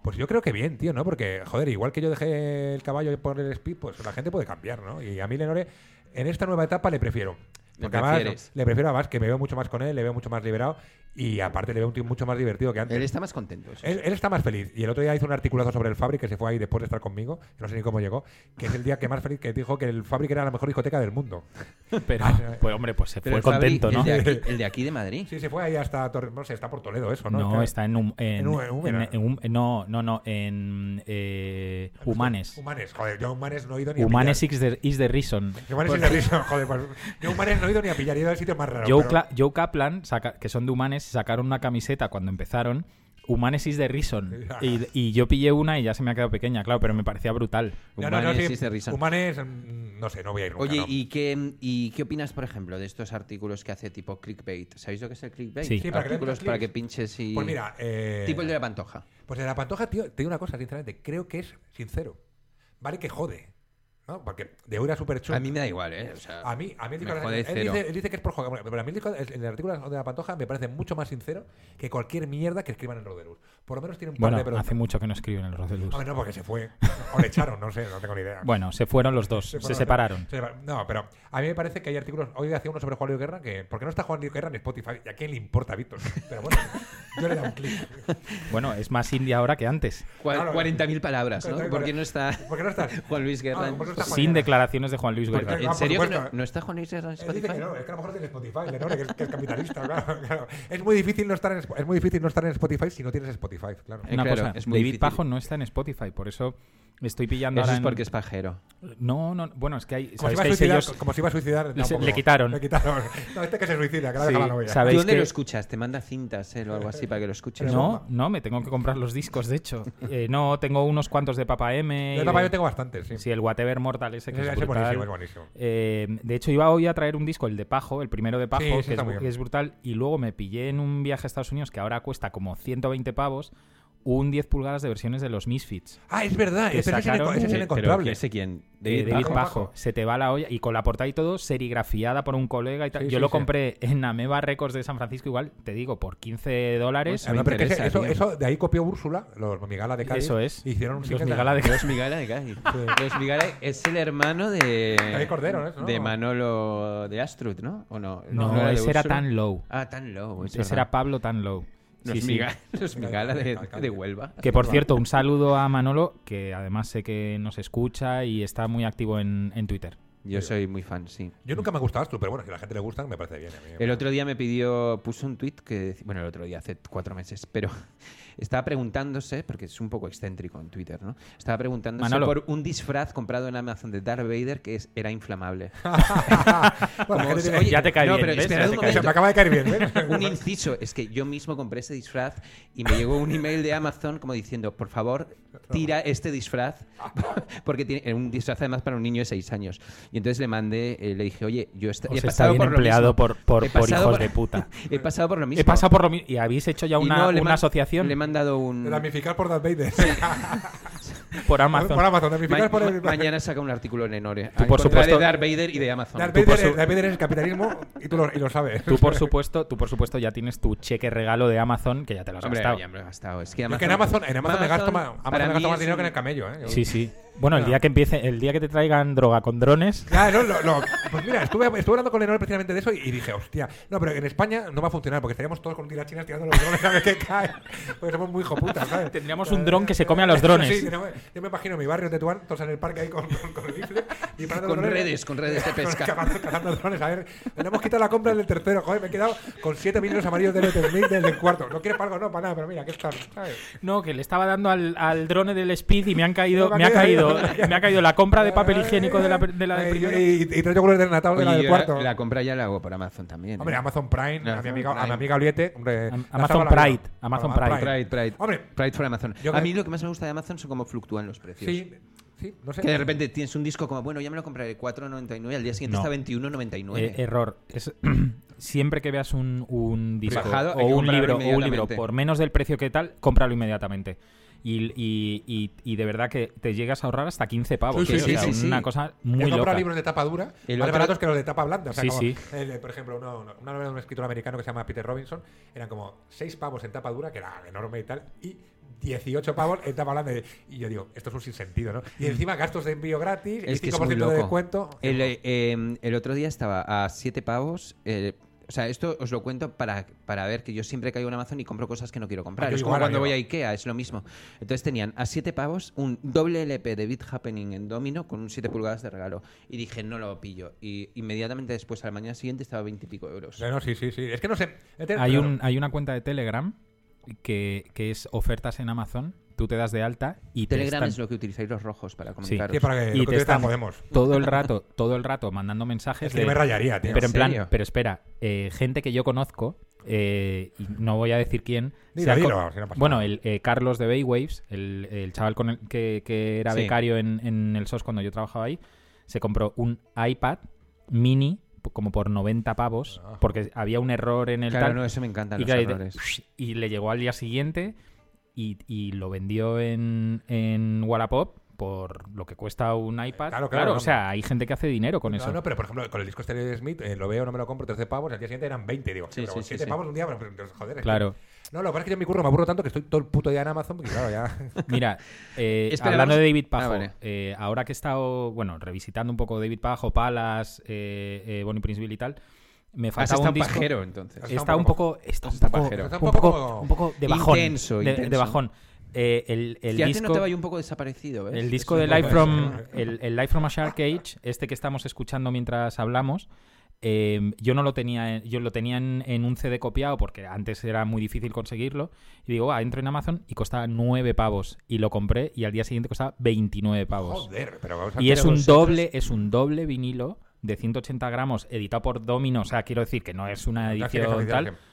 Pues yo creo que bien, tío, ¿no? Porque, joder, igual que yo dejé el caballo por el speed, pues la gente puede cambiar, ¿no? Y a mí Lenore, en esta nueva etapa le prefiero.
Le
Porque además,
prefieres.
le prefiero además que me veo mucho más con él, le veo mucho más liberado y aparte le veo un tío mucho más divertido que antes.
Él está más contento. eso.
Él, él está más feliz. Y el otro día hizo un articulazo sobre el Fabric que se fue ahí después de estar conmigo. que No sé ni cómo llegó. Que es el día que más feliz que dijo que el Fabric era la mejor discoteca del mundo.
Pero,
Ah,
pues hombre, pues se
Pero
fue
el Fabri-
contento, ¿no?
El de, aquí,
[LAUGHS]
el de aquí de Madrid.
Sí, se fue ahí hasta Torre. No sé, está por Toledo eso, ¿no?
No,
Que-
está en, hum- en,
en Ú- en Úbeda.
en- en hum- no, no, no, en eh, Humanes.
Humanes, joder, yo a Humanes no he ido ni a
Humanes
pillar.
is the, is the reason.
Yo Humanes y de risa, joder, pues, yo a Humanes no he ido ni a pillar, he ido al sitio más raro.
Joe,
pero-
Cla- Joe Kaplan, saca- que son de Humanes, sacaron una camiseta cuando empezaron. Humanes is the
[LAUGHS]
reason. Y, y yo pillé una y ya se me ha quedado pequeña, claro, pero me parecía brutal.
No, no, no,
Humanes
sí,
is the reason.
Humanes, mm, no sé, no voy a ir nunca,
Oye,
no.
¿y, qué, ¿y qué opinas, por ejemplo, de estos artículos que hace tipo clickbait? ¿Sabéis lo que es el clickbait?
Sí. Sí,
para que le
artículos
metas
para que
clics.
pinches y...
Pues mira, eh,
Tipo el de la pantoja.
pues de la Pantoja, tío, te digo una cosa, sinceramente, creo que es sincero. Vale que jode. ¿no? Porque de Eura Super
A mí me da igual, ¿eh? O sea,
a mí, a mí el disco
me
de la-
jode
él
cero.
dice, él dice que es por jugar. bueno, Pero a mí el, disco- el- el artículo de la Pantoja me parece mucho más sincero que cualquier mierda que escriban en Roderus. Por lo menos tiene un par
Bueno,
de preguntas.
hace mucho que no escriben el Roselus.
A ver, no, porque se fue. O le echaron, no sé, no tengo ni idea.
Bueno, se fueron los dos, se,
fueron,
separaron.
se separaron. No, pero a mí me parece que hay artículos. Hoy hacía uno sobre Juan Luis Guerra que. ¿Por qué no está Juan Luis Guerra en Spotify? ¿Y a quién le importa, Víctor? Pero bueno, yo le da
[LAUGHS]
un clic.
Bueno, es más indie ahora que antes.
cua-
claro. eh.
40.000 palabras, ¿no?
Claro,
Porque
claro.
no está
[LAUGHS] ¿Por qué no estás?
Juan Luis Guerra.
Ah, ¿por qué no está Juan
Sin
Guerra?
declaraciones de Juan Luis
Porque-
Guerra.
Ah,
¿En
por
serio que no,
supuesto.
no está Juan Luis Guerra en
Él dice que
Spotify?
no, es que a lo mejor no tiene Spotify, Lenore, que es, que es capitalista, [LAUGHS] claro, claro. Es muy difícil no estar en Sp- es muy difícil no estar en Spotify si no tienes Spotify, claro.
Eh,
Una
claro,
cosa,
es muy
David
difícil.
Pajo no está en Spotify, por eso estoy pillando
Eso
ahora
es
en-
porque es pajero.
No, no, bueno, es que hay...
Como
¿sabéis
si, iba
que
a
hay
suicidar,
sellos-
como si iba a suicidar, tampoco.
le quitaron.
Le quitaron. [LAUGHS] No, este que se suicida, que la
Sí,
deja la novia.
sabe-
¿Tú
¿Veis
dónde
que-
lo escuchas? Te manda cintas él o algo así para que lo escuches.
No, no, me tengo que comprar los discos, de hecho. Eh, no, tengo unos cuantos de Papa M. y
Yo
de-
también tengo bastantes, sí.
Sí, el Whatever Mortal ese que
Ese-
es
ese es
brutal.
buenísimo, es buenísimo.
Eh, de hecho, iba hoy a traer un disco, el de Pajo, el primero de Pajo,
Sí, sí,
que, es,
está muy
bu-
bien.
que es brutal. Y luego me pillé en un viaje a Estados Unidos que ahora cuesta como 120 pavos, un 10 pulgadas de versiones de los Misfits.
Ah, es verdad,
Que
ese, es,
sacaron-
inenco- ese
Pero
es
Pero,
inencontrable.
¿Ese quién?
De David Pajo.
Pajo.
Se te va la olla. Y con la portada y todo, serigrafiada por un colega y tal.
Sí,
Yo
sí,
lo
sí.
compré en Ameba Records de San Francisco, igual, te digo, por 15 dólares.
Ah, no,
me
pero que ese-
interesa,
eso,
tío.
eso de ahí copió Úrsula, los Migala de Cádiz.
Eso es.
Hicieron un
Los
single
Migala de
Los Migala de Cádiz. Los Migala es el hermano de.
David Cordero, ¿no es, no?
De Manolo de Astrut, ¿no? ¿O no?
No,
era de
ese era
Úrsula?
tan low.
Ah, tan low. es
Ese
verdad.
era Pablo Tanlow.
Los,
Sí, sí.
Miga- los Migala [LAUGHS] de,
Alcalde.
de Huelva.
Que por cierto, un saludo a Manolo, que además sé que nos escucha y está muy activo en, en Twitter.
Yo soy muy fan, sí.
Yo nunca me ha gustado esto, pero bueno, si a la gente le gusta, me parece bien. a mí.
El otro día me pidió, puso un tweet que, dec- bueno, el otro día, hace cuatro meses, pero [LAUGHS] estaba preguntándose, porque es un poco excéntrico en Twitter, ¿no? Estaba preguntándose
Manolo.
por un disfraz comprado en Amazon de Darth Vader que es, era
[LAUGHS]
inflamable.
Bueno, la gente
se-
tiene-
oye, ya te cae
no,
bien,
pero
¿ves?
esperad un
Ya te cae
Se me
momento.
acaba de caer bien, ¿eh? ¿ves?
Un inciso, es que yo mismo compré ese disfraz y me llegó un email de Amazon como diciendo, por favor, tira este disfraz, [LAUGHS] porque tiene era un disfraz además para un niño de 6 años. Y entonces le mandé, eh, le dije, oye, yo est-
Os
he
Pues está
pasado
bien
por lo
empleado
mismo.
por- por-
He
por
pasado
hijos de puta.
He pasado por [LAUGHS] lo mismo.
He pasado por lo mismo. ¿Y habéis hecho ya
Y
una,
no, le
una
man-
asociación
Le he mandado un...
Ramificar por Darth Vader.
por Amazon?
Por Amazon,
Ma-
ramificar por
ma-
el...
mañana saca un artículo en Enore.
Tú, por
en contra
supuesto-
De Darth Vader y de Amazon.
Darth
Tú, por
Vader, es-
su-
Darth Vader es el capitalismo y tú lo, y lo sabes.
Tú, por supuesto, tú, por supuesto, ya tienes tu cheque regalo de Amazon, que ya te lo has
Hombre,
gastado.
ya me lo he gastado. Es que
Yo es que en Amazon, en Amazon, me gasto más, Amazon
para
me gasto
mí
más
es
dinero que en
un-
el camello, ¿eh?
Sí, sí. Bueno, el día que empiece, el día que te traigan droga con drones,
Claro, lo- lo- pues mira, estuve, estuve hablando con Leonor precisamente de eso y, y dije, hostia, no, pero en España no va a funcionar porque estaríamos todos con tiras chinas tirando los drones a ver qué cae. Porque somos muy hijoputas, ¿sabes?
Tendríamos un dron que se come a los drones.
Sí, no, yo me imagino mi barrio en Tetuán, todos en el parque ahí con, con, con rifle y parando
Con
drones.
redes, con redes
[LAUGHS]
de pesca.
Cazando, cazando drones, a ver, le hemos quitado la compra del tercero, joder, me he quedado con siete millones amarillos del Eternit del del cuarto. No quieres para algo, no, para nada, pero mira, aquí están, ¿sabes?
no, que le estaba dando al, al drone del Speed y me han caído,
No,
me ha caído,
[LAUGHS]
me ha caído la compra de
Ay,
papel higiénico de la, de la del
ay,
primero.
Y, y, y tres yogures de Natal de
Oye,
la del
yo
cuarto.
La, la compra ya la hago por Amazon también.
Hombre,
¿eh?
Amazon Prime, a, mi
Amazon
amiga, a mi
Prime.
amiga Oliete. hombre,
Am-
la
Amazon
salva la vida.
Pride, Amazon Pride.
Pride, Pride.
Hombre,
Pride for Amazon.
Yo
A
creo-
mí lo que más me gusta de Amazon son cómo fluctúan los precios.
sí, sí, no sé.
Que de repente tienes un disco como, bueno, ya me lo compraré 4.99, al día siguiente
No.
está 21.99.
Eh, error. Es- [CLEARS THROAT] siempre que veas un, un disco
Bajado, hay
o
que
un
comprarlo
libro o un libro
inmediatamente.
por menos del precio que tal, cómpralo inmediatamente. Y, y- y- y de verdad que te llegas a ahorrar hasta 15 pavos.
Sí,
que,
sí,
o sea,
sí, sí,
una
sí.
cosa
Yo
muy
compro
loca.
libros de tapa dura
El
más
otro-
baratos que los de tapa blanda. O sea,
Sí,
como
sí.
el, eh, por ejemplo, uno- uno- una novela de un escritor americano que se llama Peter Robinson, eran como 6 pavos en tapa dura, que era enorme y tal, y 18 pavos en tapa blanda. Y yo digo, esto es un sinsentido, ¿no? Y encima gastos de envío gratis,
Es
el
que es
5%
muy
de
loco.
descuento.
El, eh, eh, el otro día estaba a 7 pavos. eh, o sea, esto os lo cuento para, para ver que yo siempre caigo en Amazon y compro cosas que no quiero comprar.
Ah, yo
es como
igual,
cuando
amigo.
voy a Ikea, es lo mismo. Entonces tenían a 7 pavos un doble LP de Beat Happening en Domino con un 7 pulgadas de regalo. Y dije, no lo pillo. Y inmediatamente después, a la mañana siguiente, estaba a 20 y pico euros.
No, no, sí, sí, sí. Es que no sé. Este-
Hay,
Claro.
un, hay una cuenta de Telegram que, que es ofertas en Amazon. Tú te das de alta y te
Telegram
están-
es lo que utilizáis los rojos para
Sí.
comunicaros.
Sí, para que
y
lo
te
que
están
Podemos.
todo
[LAUGHS]
el rato, todo el rato mandando mensajes
Es que
de-
me rayaría, tío.
Pero en plan,
serio?
pero espera, eh, gente que yo conozco, eh, y no voy a decir quién.
Dilo,
se ha
dilo,
co-
si no pasa
bueno,
nada.
el eh, Carlos de Baywaves, el, el chaval con el que, que era
Sí.
becario en, en el SOS cuando yo trabajaba ahí, se compró un iPad mini p- como por 90 pavos, porque había un error en el
Claro,
tal,
no, eso me encanta.
y,
Los
claro, y te-
errores.
y le llegó al día siguiente y, y lo vendió en, en Wallapop por lo que cuesta un iPad.
Claro, claro,
Claro,
no.
o sea, hay gente que hace dinero con eso.
No, no, pero por ejemplo, con el disco estéreo de Smith, eh, lo veo, no me lo compro, 13 pavos, al día siguiente eran 20, digo,
Sí,
pero
sí,
con
sí,
7
sí.
pavos un día, pero, pero, joder. es
Claro.
que- No, lo que pasa es que yo en mi curro me aburro tanto que estoy todo el puto día en Amazon, porque
[LAUGHS]
claro, ya.
[LAUGHS]
Mira, eh,
Espera,
hablando de
vamos-
David Pajo,
Ah, vale.
eh, ahora que he estado, bueno, revisitando un poco David Pajo, Palas, eh, eh, Bonnie Princeville y tal, me
Has
falta
estado
un disco.
pajero, entonces.
Has
Está
estado
un
un
poco, está un
Está
poco,
pajero.
un
Está un poco
poco,
como-
un poco de bajón,
Intenso,
de, de
intenso.
bajón. Eh, el, el
Fíjate,
disco,
no te vaya un poco desaparecido, ¿ves?
el disco
es
de
un poco
Life from,
eso, ¿eh?
el, el Life from a Shark Cage, este que estamos escuchando mientras hablamos, eh, yo no lo tenía, en- yo lo tenía en, en un CD copiado porque antes era muy difícil conseguirlo. Y digo, ah, entro en Amazon y costaba 9 pavos. Y lo compré y al día siguiente costaba 29 pavos.
Joder, pero vamos a
y es
hacer
un
vosotros-
doble, es un doble vinilo de 180 gramos editado por Domino. O sea, quiero decir que no es una
Ya sé que es
edición
oficial,
tal.
que-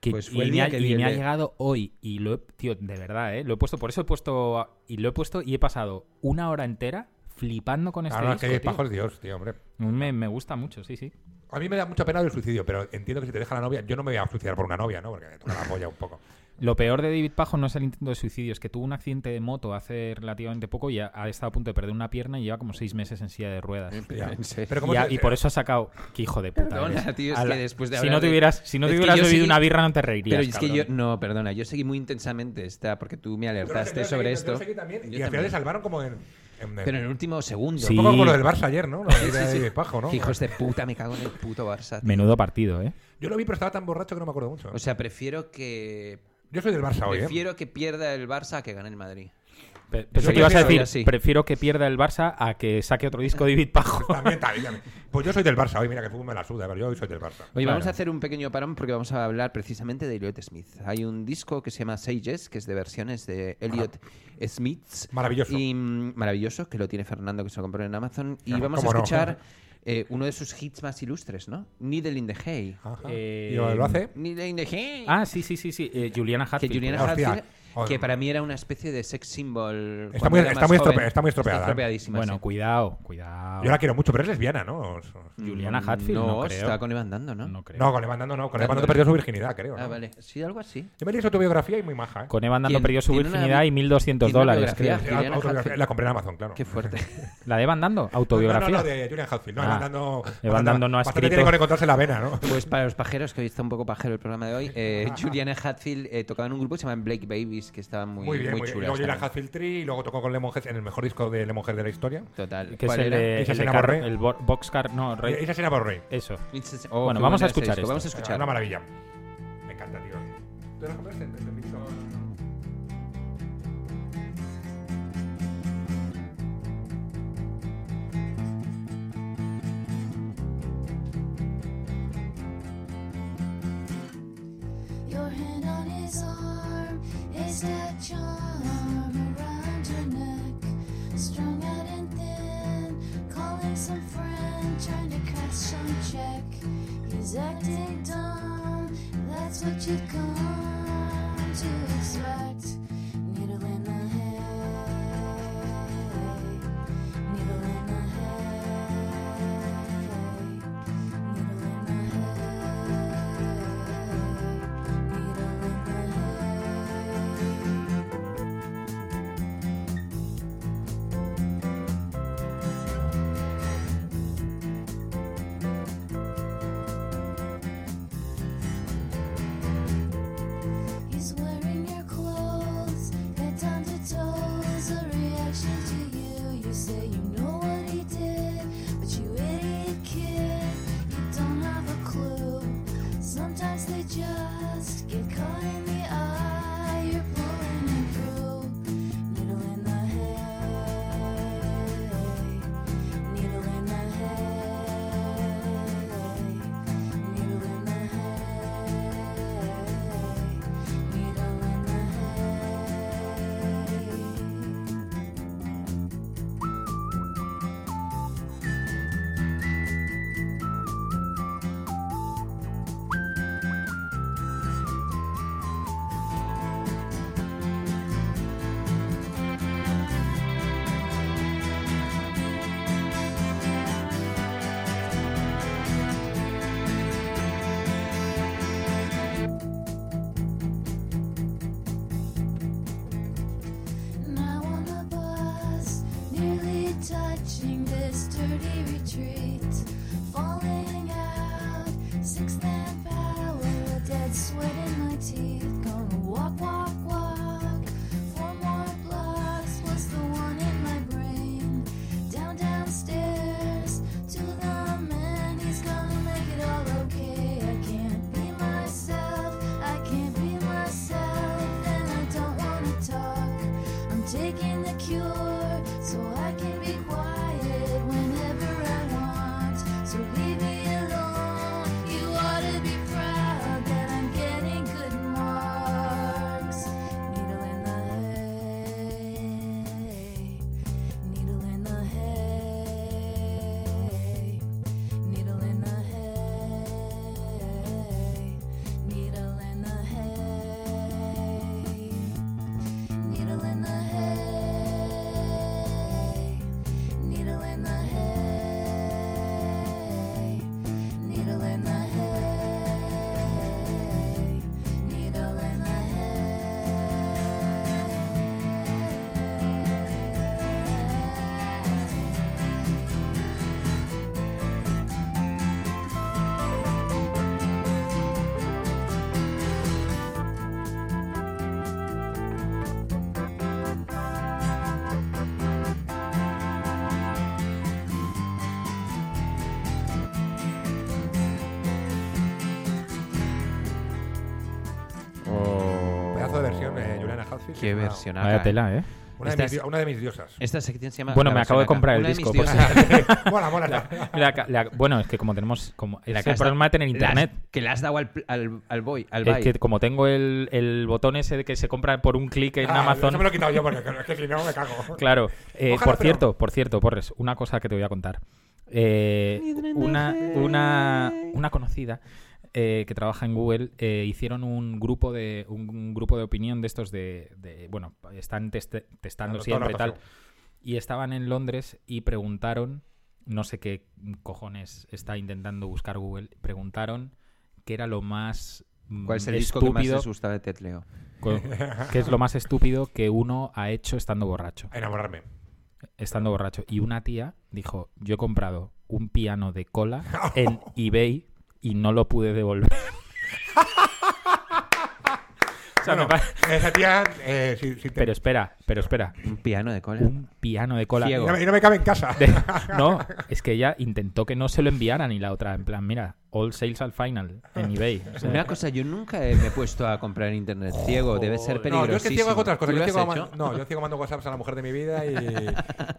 Que-
Pues fue
y
el
me,
día
ha,
que
y
vi el
me ha
de-
llegado hoy y lo he, tío, de verdad, ¿eh? lo he puesto, por eso he puesto a- y lo he puesto y he pasado una hora entera flipando con este
Ah, no, es
disco.
que
tío.
Pajo es Dios, tío, hombre.
Me, me gusta mucho, sí, sí.
A mí me da mucha pena el suicidio, pero entiendo que si te deja la novia, yo no me voy a suicidar por una novia, ¿no? Porque me toca la polla
[LAUGHS]
un poco.
Lo peor de David Pajo no es el intento de suicidio, es que tuvo un accidente de moto hace relativamente poco y ha, ha estado a punto de perder una pierna y lleva como seis meses en silla de ruedas.
Ya.
En serio.
Pero como eh,
Y, ha- y por eso ha sacado. ¡Qué hijo de puta!
Perdona,
eres!
tío, es
A
que después de
si
hablar
no te
de-
hubieras, si no
Es
te
que
hubieras
yo
bebido
seguí-
una birra, no te reirías.
Pero es que yo,
cabrón.
no, perdona, yo seguí muy intensamente esta, porque tú me alertaste sobre esto. Yo
y al final
también.
le salvaron como en. en- en-
Pero en el último segundo.
Sí.
Un poco como lo del Barça ayer,
[LAUGHS]
¿no? La idea de Pajo, ¿no?
Hijos de puta, me cago en el puto Barça. tío.
Menudo partido, ¿eh?
Yo lo vi, pero estaba tan borracho que no me acuerdo mucho.
O sea, prefiero que
Yo soy del Barça hoy, ¿eh?
prefiero que pierda el Barça a que gane el Madrid.
Pe-
Yo
Pensé que ibas a
prefiero-
decir,
sí.
prefiero que pierda el Barça a que saque otro disco David Pajo.
También, también, también. Pues yo soy del Barça hoy, mira que el fútbol me la suda, pero yo hoy soy del Barça.
Oye,
Claro.
vamos a hacer un pequeño parón porque vamos a hablar precisamente de Elliot Smith. Hay un disco que se llama Sages, que es de versiones de Elliot Smith.
Maravilloso.
Y, mm, maravilloso, que lo tiene Fernando, que se lo compró en Amazon. Y
Claro,
vamos a
cómo no.
escuchar eh, uno de sus hits más ilustres, ¿no? Needle in the Hay.
Ajá.
Eh,
¿Y lo lo hace?
Needle in the Hay.
[LAUGHS] Ah, sí, sí, sí, sí. eh, Juliana
que
Hatfield.
Juliana
cuidado.
Hostia.
Hatfield,
Joder.
que para mí era una especie de sex symbol.
Está
cuando
muy-
era
está
más
muy
joven.
estrope- está muy estropeada, ¿eh?
estropeadísima,
Bueno,
sí.
cuidado, cuidado.
Yo la quiero mucho, pero es lesbiana, ¿no? O- o-
Juliana Hatfield, no,
No,
creo.
estaba con Evan Dando, ¿no?
No creo.
No, con Levantando no, con
Dándole.
Levantando perdió su virginidad, creo. ¿no?
Ah, vale. Sí, algo así.
Yo me leí su autobiografía y muy maja, ¿eh?
Con Evan Dando
¿Quién-
perdió su
tiene una-
virginidad y 1.200
tiene una
dólares, creo.
biografía?
Sí,
Juliana
la, autobiografía-
Hatfield.
ah, la compré en Amazon, claro.
Qué fuerte.
¿La de Evan Dando?
[LAUGHS] No,
¿Autobiografía?
No, no, de Julian Hatfield. No,
Ah.
Evan Dando-
Evan Dando no ha
bastante
escrito.
tiene con encontrarse la vena, ¿no?
[LAUGHS] Pues para los pajeros, que hoy está un poco pajero el programa de hoy,
[LAUGHS]
eh, Juliana Hatfield eh, tocaba en un grupo que se llama Blake Babies, que estaba muy,
[LAUGHS] Muy bien, muy, bien. Y
chula.
Luego Julian
esta
Hatfield Tree, y luego tocó con Lemonhead en el mejor disco de Lemonhead de la historia.
canción. Total.
Que es
¿Cuál
el,
era?
de-
Esa
el
se
de
llama
carro-
Rey.
el bo- Boxcar. No, Rey-
Esa será por Rey.
Eso.
It's a- oh,
Bueno,
qué
vamos a
bueno ese
escuchar
disco,
esto.
Vamos a
Una
escuchar.
maravilla. Me encanta, tío. Oh. ¿Tú lo compraste? ¿Te- te invito?
Your hand on his arm is that charm around your neck, strung out and thin. Calling some friend, trying to cash some check. He's acting dumb, that's what you've come to expect. Needle in the hay, needle in the hay, needle in the hay. He's wearing your clothes
canción, eh, Juliana Hatfield.
Oh. Qué
es una-
versión.
Vaya tela, ¿eh?
Una,
Esta
de mis,
es-
di- una de mis diosas.
Esta sección se llama.
Bueno,
La
me acabo de
Basanaca.
comprar el
Una de
disco,
mis
por
diosas-
[LAUGHS] mola, mola.
La ca- la- bueno, es que como tenemos. Como,
la
es
que
el
has
problema de
dado-
tener internet.
las- que le has dado al, pl- al, al boy, al
Es
buy.
que como tengo el, el botón ese de que se compra por un clic en
Ah,
Amazon.
Eso me lo he quitado yo porque es que si no me cago.
Claro. Eh,
Ojalá,
por
pero-
cierto, por cierto, Porres, una cosa que te voy a contar. Eh, una, una, una conocida eh, que trabaja en Google eh, hicieron un grupo de un grupo de opinión de estos de, de- bueno están teste- testando
Claro, toda la
siempre y tal
pasión.
y estaban en Londres y preguntaron no sé qué cojones está intentando buscar Google preguntaron qué era lo más mm,
¿Cuál es el disco que
estúpido
más les gusta de Ted Leo?
co- qué es lo más estúpido que uno ha hecho estando borracho
Enamorarme.
estando borracho. Y una tía dijo, yo he comprado un piano de
[LAUGHS]
cola en eBay y no lo pude devolver. O sea, me
Bueno,
pa-
esa tía, eh, si, si te-
pero espera, pero espera.
Un piano de cola.
Un piano de cola.
y
Ciego.
no, me- y no me cabe en casa.
De- [LAUGHS] no, es que ella intentó que no se lo enviaran y la otra, en plan, mira, all sales al final en eBay. O sea,
Una cosa, yo nunca he- me he puesto a comprar en internet ciego, debe ser
[LAUGHS] No,
peligrosísimo.
yo es que ciego hago otras cosas.
¿Tú
Yo
lo has
ciego,
hecho?
mando- no, yo ciego mando WhatsApps a la mujer de mi vida
[LAUGHS]
y.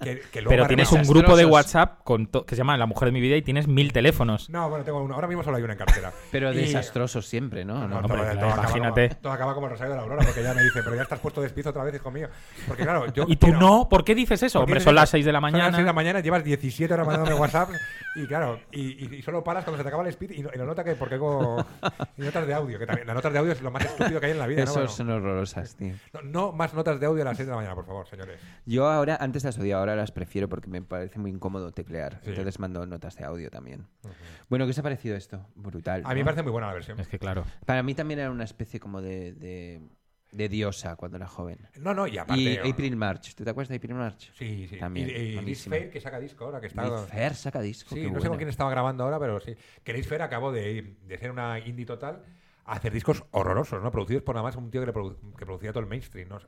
que- que luego
pero
me
tienes un
arrepiento.
grupo de
desastrosos.
WhatsApp con to- que se llama La Mujer de mi Vida y tienes mil teléfonos.
No, bueno, tengo uno. Ahora mismo solo hay una en cartera.
Pero
Y- Ah,
desastroso siempre, ¿no?
No,
No,
hombre,
todo,
claro,
todo acaba
imagínate.
como- todo acaba como el Rosario de la Aurora, porque ya me dice, pero ya estás puesto despiezo otra vez, hijo mío. Porque claro, yo.
Y tú
quiero-
no, ¿por qué dices eso?
porque
Hombre,
dices,
son las 6 de la
Son las 6 de
mañana.
la mañana, llevas 17 horas mandándome WhatsApp y claro, y, y- y solo paras cuando se te acaba el speed y, no- y lo nota que porque hago y notas de audio, que también las notas de audio es lo más estúpido que hay en la vida, ¿no?
Esos
Bueno,
son horrorosas, tío.
no, no más notas de audio a las 6 de la mañana, por favor, señores.
Yo ahora, antes las odiaba, ahora las prefiero porque me parece muy incómodo teclear.
Sí.
Entonces mando notas de audio también. Bueno, ¿qué os ha parecido esto? Brutal.
A mí me
¿no?
parece muy buena la versión.
Es que claro.
Para mí también era una especie como de, de, de diosa cuando era joven.
No, no, y aparte. oh.
Y April March, ¿tú te acuerdas de April March?
Sí, sí.
También.
Y- y Liz
buenísima.
Fair, que saca disco ahora, que está.
Liz Fair saca disco.
Sí,
qué
no sé
bueno.
con quién estaba grabando ahora, pero sí. Que Liz Fair acabó de ir de ser una indie total a hacer discos horrorosos, ¿no? Producidos por nada más un tío que, le produ- que producía todo el mainstream, ¿no?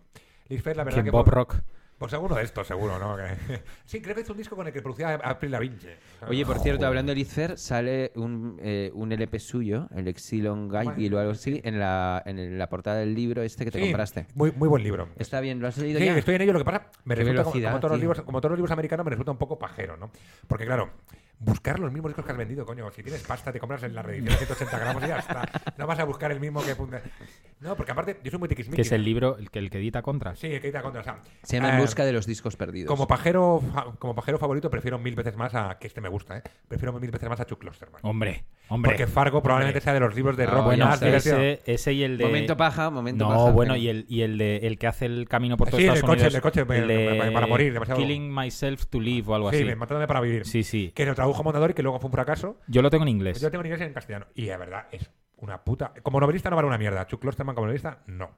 Liz Fair, la verdad
¿Quién?
que...
Bob
fue-
Rock.
Pues alguno de estos, seguro, ¿no? Que- [LAUGHS] sí, creo que hizo un disco con el que producía April Lavigne.
Oye, por cierto, hablando de Liz Fair, sale un, eh, un LP suyo, el Exilon Guyville o algo así, en la, en la portada del libro este que te
Sí,
compraste.
Muy, muy buen libro.
Está bien, ¿lo has
Sí,
leído ya?
estoy en ello. Lo que pasa, me
Qué
resulta, como,
velocidad,
como todos los
tío.
libros, como todos los libros americanos, me resulta un poco pajero, ¿no? Porque, claro, buscar los mismos discos que has vendido, coño. Si tienes pasta, te compras en la reedición de 180 gramos y ya está. No vas a buscar el mismo que... punta- No, porque aparte, yo soy muy tiquismiqui.
Que es el libro el que, el que edita Contra.
Sí, el que edita contra. o sea,
Se llama En
eh,
busca de los discos perdidos.
Como pajero, fa- como pajero favorito, prefiero mil veces más a. Que este me gusta, ¿eh? Prefiero mil veces más a Chuck Klosterman.
Hombre, hombre.
Porque Fargo probablemente sea de los libros de
Ah,
rock
bueno,
bueno,
más
está,
divertido.
ese, ese y el de.
Momento paja, momento
no,
paja.
bueno,
pero-
y el, y el de el que hace el camino por todo
Sí, el
Estados
coche,
Unidos.
el coche, me- me- me- para morir, demasiado.
Killing myself to live o algo
Sí,
así.
me- matándome para vivir.
Sí, sí.
Que lo tradujo Mondadori, que luego fue un fracaso.
Yo lo tengo en inglés.
Pues Yo tengo en inglés y en castellano. Y la verdad, es una puta. Como novelista no vale una mierda. Chuck Klosterman como novelista, no.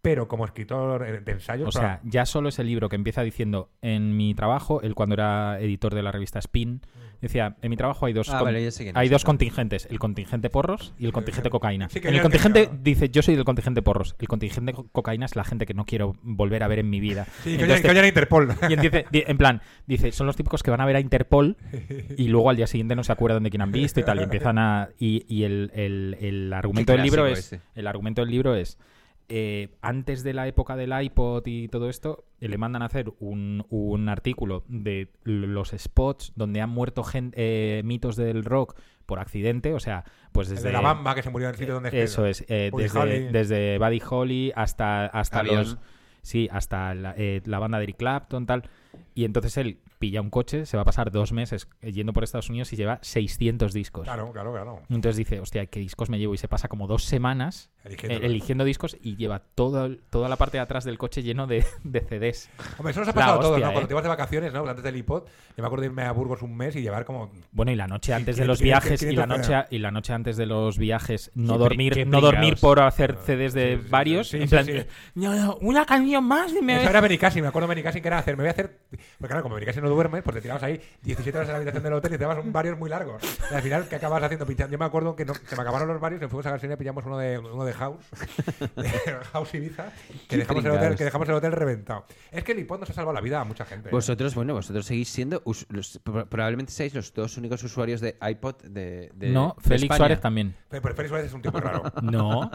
Pero como escritor eh, de ensayos.
O sea, ya solo ese libro que empieza diciendo en mi trabajo, él cuando era editor de la revista
Mm.
Spin, decía, en mi trabajo hay dos
Ah,
con-
vale, ya sé quién
hay
es,
dos
entonces.
contingentes, el contingente porros y el contingente cocaína.
Sí, que
en
ya
el
que-
contingente
claro.
dice, yo soy del contingente porros, el contingente co- cocaína es la gente que no quiero volver a ver en mi vida.
sí, que,
Entonces
oyen- que
te-
oyen a Interpol.
[LAUGHS] Y él dice, di- en plan, dice, son los típicos que van a ver a Interpol y luego al día siguiente no se acuerdan de quién han visto y tal. Y empiezan a. Y, y el, el- el argumento
Qué
del libro
clásico ese.
es. El argumento del libro es. eh, antes de la época del iPod y todo esto, eh, le mandan a hacer un, un artículo de l- los spots donde han muerto gen- eh, mitos del rock por accidente, o sea, pues
El
desde
de la bamba que se murió en el sitio
[LAUGHS]
donde
eso es, eh,
Buddy
desde,
Holly.
desde Buddy Holly hasta, hasta
Avión.
los. Sí, hasta la, eh, la banda de Eric Clapton, tal. Y entonces él pilla un coche, se va a pasar dos meses eh, yendo por Estados Unidos y lleva 600 discos.
Claro, claro, claro.
Y Entonces dice, hostia, ¿qué discos me llevo? Y se pasa como dos semanas eh,
Eligiéndolo.
eligiendo discos y lleva todo, el- toda la parte de atrás del coche lleno de, [LAUGHS] de CDs.
Hombre, eso nos ha
La
pasado a todos,
hostia,
¿no?
¿eh?
Cuando te vas de vacaciones, ¿no? Antes del iPod, yo me acuerdo de irme a Burgos un mes y llevar como
Bueno, y la noche antes de
quién-
los
quién-
viajes
quién
y
te
la noche
hace?
y la noche antes de los viajes
Qué pri-
no
qué
dormir no dormir
pringaos.
por hacer CDs de
sí, sí,
varios
sí,
en
sí,
plan,
sí.
"No, no, una canción más y me
Eso era Benicassi, me acuerdo de Benicassi que era hacer, me voy a hacer Porque claro, como en Brigase no duermes, pues te tirabas ahí 17 horas en la habitación del hotel y te dabas un varios muy largos. Y al final, ¿qué acabas haciendo? Pinchando. Yo me acuerdo que no, se me acabaron los varios, nos fuimos a García y pillamos uno de, uno de House, [LAUGHS] de House Ibiza,
Qué
que dejamos, el hotel,
pringados.
que dejamos el hotel reventado. Es que el iPod nos ha salvado la vida a mucha gente. ¿eh?
Pues,
Vosotros, bueno, vosotros seguís siendo. us- los- pro- probablemente seáis los dos únicos usuarios de iPod de. de-
no,
de
Félix
España.
Suárez también.
Pero pero Félix Suárez es un tipo raro.
[LAUGHS]
[LAUGHS]
No,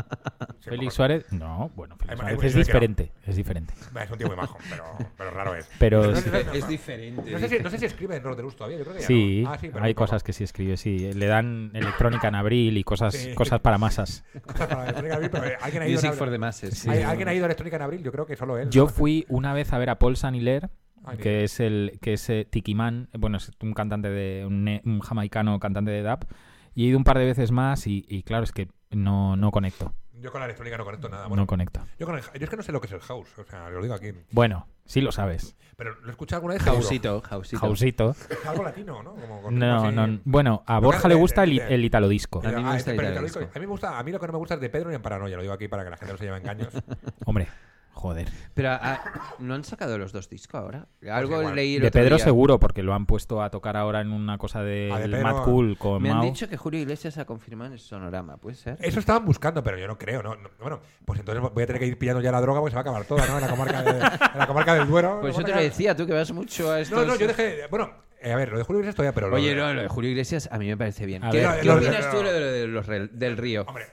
Sí,
Félix
poco-
Suárez. No, bueno, Félix
Hay- hay
Suárez es
muchos que no.
diferente. Es diferente.
Es un tío muy majo, pero, pero raro es.
Pero
No, no,
es-
no, no, no.
Es diferente.
No sé, si, no sé si escribe en Rotelus todavía, yo creo que ya
Sí,
no. Ah, pero
hay
muy poco. [LAUGHS]
cosas que sí escribe, sí. Le dan electrónica en abril y cosas,
Sí.
cosas para
[LAUGHS]
masas.
Cosas para la electrónica en abril, pero, eh, ¿alguien ha ido en
Music
abril?
for the masses.
¿Hay-
sí.
¿Alguien ha ido a electrónica en abril? Yo creo que solo él.
Yo
¿no?
fui una vez a ver a Paul Saniler,
Ay, mira.
que es el que es eh, Tiki Man, bueno, es un cantante de un, ne- un jamaicano cantante de dub y he ido un par de veces más y, y claro, es que no, no conecto,
Yo con la electrónica no conecto nada. Ah, Bueno,
no conecto.
yo, con el- yo es que no sé lo que es el house, o sea, lo digo aquí.
Bueno, sí lo sabes.
Pero lo he escuchado alguna vez.
Jausito, jausito.
Jausito.
Es Algo latino, ¿no? Como con
No,
así.
no, bueno, a
Lo
Borja
que-
le
de-
gusta
de-
el,
de-
el italo-disco.
A mí me
Ah,
gusta
este, pero
Italo
el disco-
Disco.
a mí me gusta, a mí lo que no me gusta es de Pedro y en Paranoia, lo digo aquí para que la gente no se lleve engaños. [LAUGHS]
Hombre, joder.
Pero ah, ¿no han sacado los dos discos ahora? Algo
igual.
leí el
De
otro
Pedro
día.
seguro, porque lo han puesto a tocar ahora en una cosa
Ah, de
de
Pedro-
Mad Cool con
Me han
Mao.
dicho que Julio Iglesias ha confirmado en el sonorama, ¿puede ser?
Eso estaban buscando, pero yo no creo, ¿no? No, Bueno, pues entonces voy a tener que ir pillando ya la droga porque se va a acabar toda, ¿no? En la comarca, de- en la comarca del Duero.
Pues
la
yo te
comarca-
lo decía, tú que vas mucho a esto.
No, no, yo dejé. Bueno, eh, a ver, lo de Julio Iglesias todavía, pero. lo
Oye,
de-
no, lo de Julio Iglesias a mí me parece bien.
A
¿Qué,
ver.
qué
No, no,
opinas
no,
tú
no.
de lo de los rel- del río?
Hombre,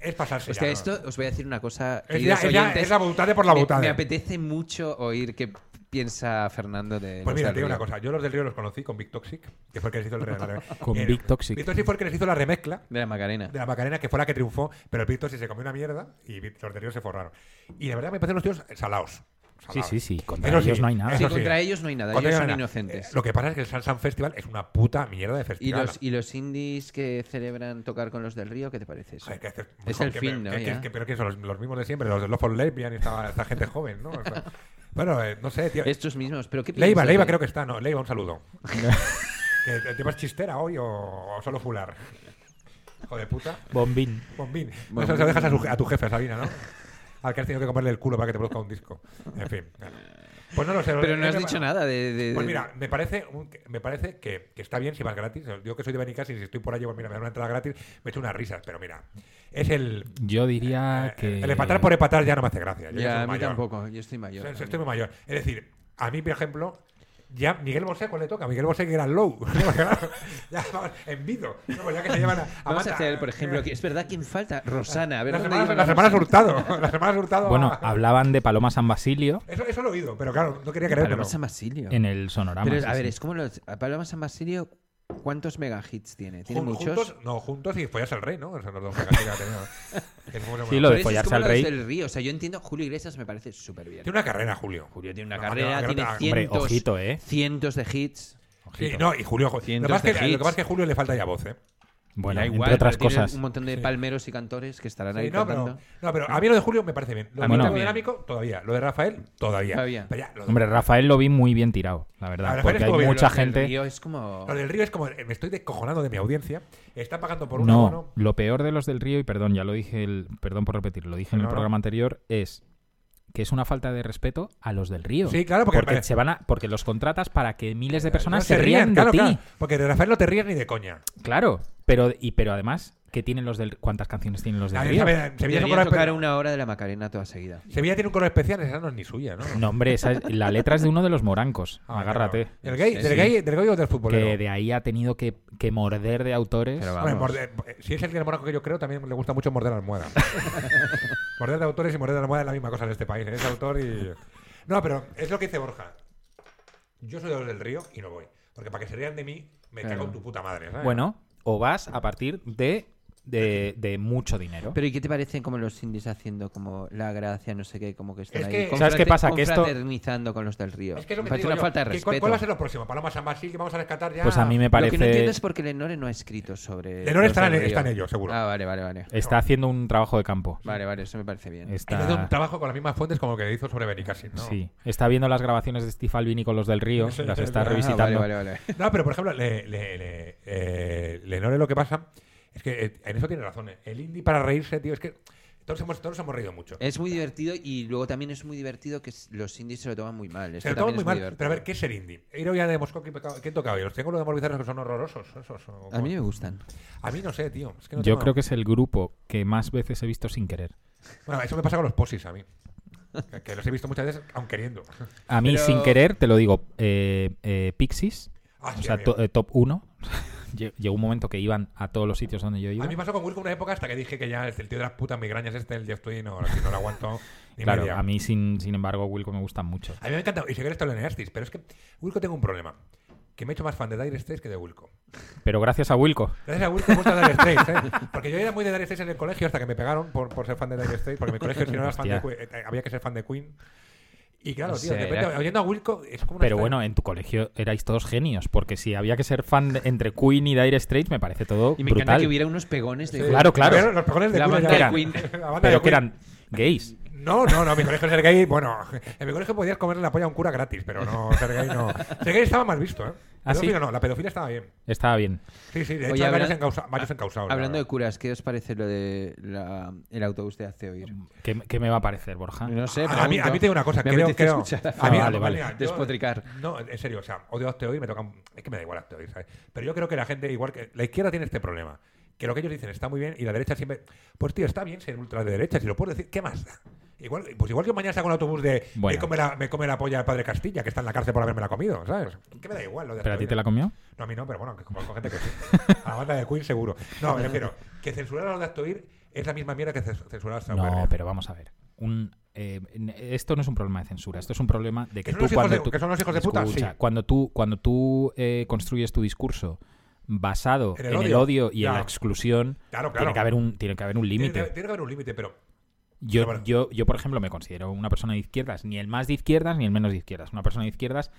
es pasarse.
Es
ya,
que
¿no?
esto, os voy a decir una cosa,
Es
queridos
ya- es ya-
oyentes,
es la butade por la
me-
butade.
Me, apetece mucho oír qué piensa Fernando de los
Pues mira,
del
te digo
Río.
una cosa. Yo los del Río los conocí con Big Toxic, que fue el que les hizo el
[LAUGHS]
re- la remezcla.
Con
Eh,
Big Toxic.
Big Toxic fue el que les hizo la remezcla
De la Macarena.
de la Macarena, que fue la que triunfó, pero el Big Toxic se comió una mierda y Big- los del Río se forraron. Y la verdad me parecen los tíos salaos.
Sí,
salaos.
sí, sí. Contra
Eso sí,
ellos no hay nada.
Sí,
eso
contra ellos no hay nada,
Contra
ellos
no
son
hay nada.
inocentes.
Eh, lo que pasa es que el Sansan Festival es una puta mierda de
¿Y
festival.
los, ¿Y los indies que celebran tocar con los del río, qué te parece eso?
Joder, que este haces-
Es
jo,
el
que-
fin, ¿no?
que- que-
Ya.
que- pero que son los, los mismos de siempre, los de Love for Lesbian y esta, esta gente joven, ¿no? O sea, [LAUGHS] bueno, eh, no sé, tío.
Estos mismos, pero ¿qué
Leiva,
piensas
Leiva
de-
creo que está, no, Leiva, un [LAUGHS] saludo. Que ¿El tema es chistera hoy o, o solo fular? Joder, puta.
Bombín.
Bombín. No, Eso se lo dejas a, su- a tu jefe, Sabina, ¿no? Al que has tenido que comerle el culo para que te produzca un disco. En fin. bueno. Pues no lo sé.
Pero no
es
has
que-
dicho nada de... de-
Pues
de-
mira, me parece, un- me parece que, que está bien si vas gratis. Yo que soy de Benicassi, si estoy por allí, pues mira, me dan una entrada gratis, me echo unas risas. Pero mira, es el...
Yo diría
eh,
que.
El empatar por empatar ya no me hace gracia. Yo ya soy
Ah, Ya, a mí
mayor.
tampoco, yo estoy mayor.
Soy-
también.
soy- Estoy muy mayor. Es decir, a mí, por ejemplo, ya Miguel Bosé, ¿cuál le toca? Miguel Bosé que era [LAUGHS] low. ya, vamos, envido. No, pues ya que se llevan a, a
Vamos a
Mata.
hacer, por ejemplo, que es verdad quién falta, Rosana. A ver,
eh, Las
¿dónde
hermanas,
lleva
las
la
hermanas
Rosana?
[LAUGHS] Hurtado. Las hermanas Hurtado.
Bueno, hablaban de Paloma San Basilio
Eso, eso lo he oído, pero claro, no quería
Paloma
creerlo.
San Basilio.
en el sonorama.
Pero,
sí,
a ver,
sí.
es como los. a Paloma San Basilio, ¿cuántos megahits tiene? ¿Tiene
Jun-
muchos?
Juntos, no, juntos y follas al rey, ¿no? Esos son los dos pecados que
[LAUGHS]
ha tenido. Que fue
Sí,
muy bueno.
lo
Pero eso
de
es
follarse
como
al
los
rey.
del río. O sea, yo entiendo, Julio Iglesias me parece súper bien.
Tiene una carrera, Julio.
Julio tiene una
No,
carrera,
no, no,
tiene
no, no.
cientos,
Hombre, ojito, ¿eh?
cientos de hits.
Sí, no, y Julio. jo- Lo que,
Cientos
pasa es
de
que, lo que
hits.
pasa es que a Julio le falta ya voz, ¿eh?
Bueno,
Da igual,
entre otras
pero tiene
cosas.
Un montón de palmeros y cantores que estarán
Sí,
ahí
no,
cantando.
pero, no, pero a mí lo de Julio me parece bien. Lo
A
de
mí
Julio
también.
Dinámico, todavía. Lo de Rafael, todavía.
Todavía.
Pero ya, lo de-
Hombre, Rafael lo vi muy bien tirado, la verdad.
Rafael
porque
estuvo
hay
bien,
mucha
Los del
gente.
Río es como.
Lo del río es como, eh, me estoy descojonando de mi audiencia. Está pagando por una
No,
mano.
lo peor de los del río, y perdón, ya lo dije, el, perdón por repetir, lo dije en
No,
el
no.
programa anterior, es que es una falta de respeto a los del río.
Sí, claro, porque-
se van a, porque los contratas para que miles de
No
personas se rían de
claro,
ti.
claro. Porque de Rafael no te ríes ni de coña.
Claro, pero y pero además, ¿qué tienen los del cuántas canciones tienen los del
A ver,
Río?
Sevilla- Sevilla, es un
Debería
color
tocar
espe-
una hora de la Macarena toda seguida.
Sevilla tiene un color especial, esa no es ni suya, ¿no?
No, hombre, esa es- la letra es de uno de los morancos. [LAUGHS]
Ah,
Agárrate.
claro. Pues ¿Del
Sí,
gay, del,
sí.
gay, del gay o del futbolero?
Que de ahí ha tenido que, que morder de autores.
Pero
Hombre,
vamos.
morder- eh, si es el del Mónaco que yo creo, también le gusta mucho morder la
[LAUGHS]
almohada. morder de autores y morder de almohada es la misma cosa en este país. ¿eh? Es autor y. No, pero es lo que dice Borja. Yo soy de los del río y no voy. Porque para que se rían de mí, me
Claro.
cago en tu puta madre. ¿sabes?
Bueno, o vas a partir de, de, de mucho dinero.
Pero ¿y qué te parecen como los indies haciendo como la gracia, no sé qué, como que están
Es
ahí
que-
¿Sabes qué pasa? Que
Que
esto-
confraternizando con los del río.
Es que es lo
Me
que te
parece
digo
una
yo,
falta de
que
respeto.
cu- ¿Cuál va a ser lo próximo? Paloma San Basil que vamos a rescatar ya.
pues a mí
Lo que
me
no
parece...
entiendo es porque Lenore no ha escrito sobre.
Lenore
los
está en-
del Río.
está en ello, seguro. Eh,
Ah, vale, vale, vale.
Está haciendo un trabajo de campo.
Vale, vale, eso me parece bien.
Ha hecho un
Está,
trabajo con las mismas fuentes como el que hizo sobre Benicassi, ¿no?
sí. está viendo las grabaciones de Steve Albini con los del Río.
Sí,
Las
sí,
está
sí. Ah,
revisitando.
Ah, vale, vale, vale.
No, pero por ejemplo, le, le- le- eh, Lenore lo que pasa es que eh, en eso tiene razón. eh. El indie para reírse, tío, es que Todos hemos, todos hemos reído mucho.
Es muy divertido y luego también es muy divertido que s- los indies se lo toman muy mal. Esto
Pero todo
también
muy
es
mal.
divertido.
Pero a ver, ¿qué es el indie? Ir hoy a de Moscú, ¿qué, pecado- qué he tocado? yo? Los triángulos de amor bizarros que son horrorosos. esos, o-
A mí me gustan.
a mí no sé, tío. Es que no
Yo
tengo-
creo que es el grupo que más veces he visto sin querer.
Bueno, eso me pasa con los posis a mí. Que- Que los he visto muchas veces, aun queriendo. [LAUGHS]
A mí,
Pero-
sin querer, te lo digo, eh, eh, Pixies,
Ah,
o
sí,
sea,
amigo.
to- eh, top [LAUGHS] 1. Llegó un momento que iban a todos los sitios donde yo iba.
A mí pasó con Wilco una época hasta que dije que ya el tío de las putas migrañas este, el Jeff Tweedy, no, que no
[LAUGHS]
lo aguanto ni
claro,
media.
a mí, sin, sin embargo, Wilco me gustan mucho.
A mí me encanta, y sé que eres Astis, pero es que Wilco tengo un problema. Que me he hecho más fan de Dire Straits que de Wilco.
Pero gracias a Wilco.
Gracias a Wilco he vuelto a Dire
[LAUGHS]
Straits, ¿eh? Porque yo era muy de Dire Straits en el colegio hasta que me pegaron por, por ser fan de Dire Straits, porque en mi colegio si no eras fan de
Hostia.
Queen, eh, había que ser fan de Queen. Y claro,
O
tío,
sea,
de repente,
era-
oyendo a Wilco es como una
Pero
estra-
bueno, en tu colegio erais todos genios, porque si había que ser fan de- entre Queen y Dire Straits, me parece todo
Y me
brutal.
encanta que hubiera unos pegones de.
Claro, claro.
Pero los pegones de
La
Queen
banda
eran-
de Queen.
la
[LAUGHS]
banda de
Pero que
Queen.
eran gays.
No, no, no, mi colegio ser gay, bueno, en mi colegio podías comerle la polla a un cura gratis, pero no, ser gay no. Ser gay estaba mal visto, ¿eh?
¿Ah, sí?
Pedofilia no, la pedofilia estaba bien.
Estaba bien.
Sí, sí, de hecho
Oye,
hay varios,
hablan-
encausa- varios encausados. la
Hablando de
verdad.
curas, ¿qué os parece lo de la- el autobús de hace oír?
¿Qué, qué me va a parecer, Borja?
No sé,
A- a, mí, a
pregunto.
mí te digo una cosa,
Me
creo,
apetece
creo.
escuchar
A mí,
Ah, vale, vale.
mira, yo-
Despotricar.
No, en serio, o sea, odio a Hazte Oír, me toca. Es que me da igual a Hazte Oír, ¿sabes? Pero yo creo que la gente, igual que. La izquierda tiene este problema. Que lo que ellos dicen está muy bien y la derecha siempre. Pues tío, está bien ser ultra de derecha, si lo puedo decir, ¿qué más? da? Igual, pues igual que mañana saco un autobús de
Bueno.
me, come la, me come la polla al padre Castilla, que está en la cárcel por haberme la comido, ¿sabes? ¿Qué me da igual lo de
¿Pero a
Hazte
ti te
Oír?
la comió?
No, a mí no, pero bueno, que como con gente
[LAUGHS]
que sí. A la banda de Queen seguro. No, me refiero, que censurar a los de Hazte Oír es la misma mierda que ce- censurar a Soberbia.
No, pero vamos a ver. Un, eh, n- esto no es un problema de censura, esto es un problema de que,
¿Que son
tú
los hijos
cuando
de-
tú-
que son los hijos de puta?
Escucha,
Sí.
cuando tú cuando tú eh, construyes tu discurso basado
En
en
el
el,
odio.
odio y en
Ya.
la exclusión,
Claro, claro.
tiene que haber un tiene que haber un
Tiene-
límite.
Tiene, que haber un límite, pero.
Yo,
Pero bueno.
yo, yo, por ejemplo, me considero una persona de izquierdas, ni el más de izquierdas ni el menos de izquierdas, una persona de izquierdas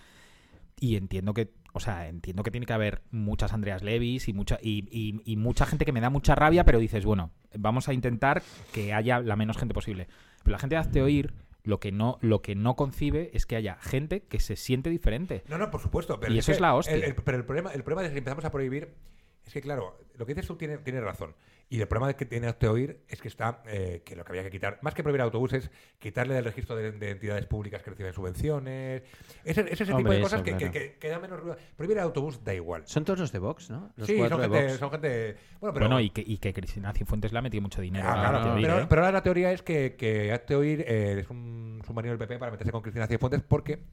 y entiendo que, o sea, entiendo que tiene que haber muchas Andreas Levis y mucha, y, y- y mucha gente que me da mucha rabia, pero dices, bueno, vamos a intentar que haya la menos gente posible. Pero la gente de Hazte Oír lo que no, lo que no concibe es que haya gente que se siente diferente.
No, no, por supuesto. Pero
Y eso
que
es la hostia.
el- el- pero el problema, el problema de si empezamos a prohibir es que, claro, lo que dices tú tiene, tiene razón. Y el problema de que tiene Hazte oír es que está eh, que lo que había que quitar, más que prohibir autobuses, quitarle del registro de, de entidades públicas que reciben subvenciones. Ese, ese es el tipo
Hombre,
de
eso,
cosas que,
claro.
que, que- que da menos ruido. Prohibir el autobús da igual.
Son todos los de Vox, ¿no? Los
sí,
cuatro
son
de
gente,
Vox.
son gente. Bueno, pero.
bueno, y que, y que Cristina Cifuentes le ha metido mucho dinero.
Ah,
a
claro,
Hazte Oír,
pero,
¿eh?
pero ahora la teoría es que, que Hazte Oír eh, es un submarino del PP para meterse con Cristina Cifuentes porque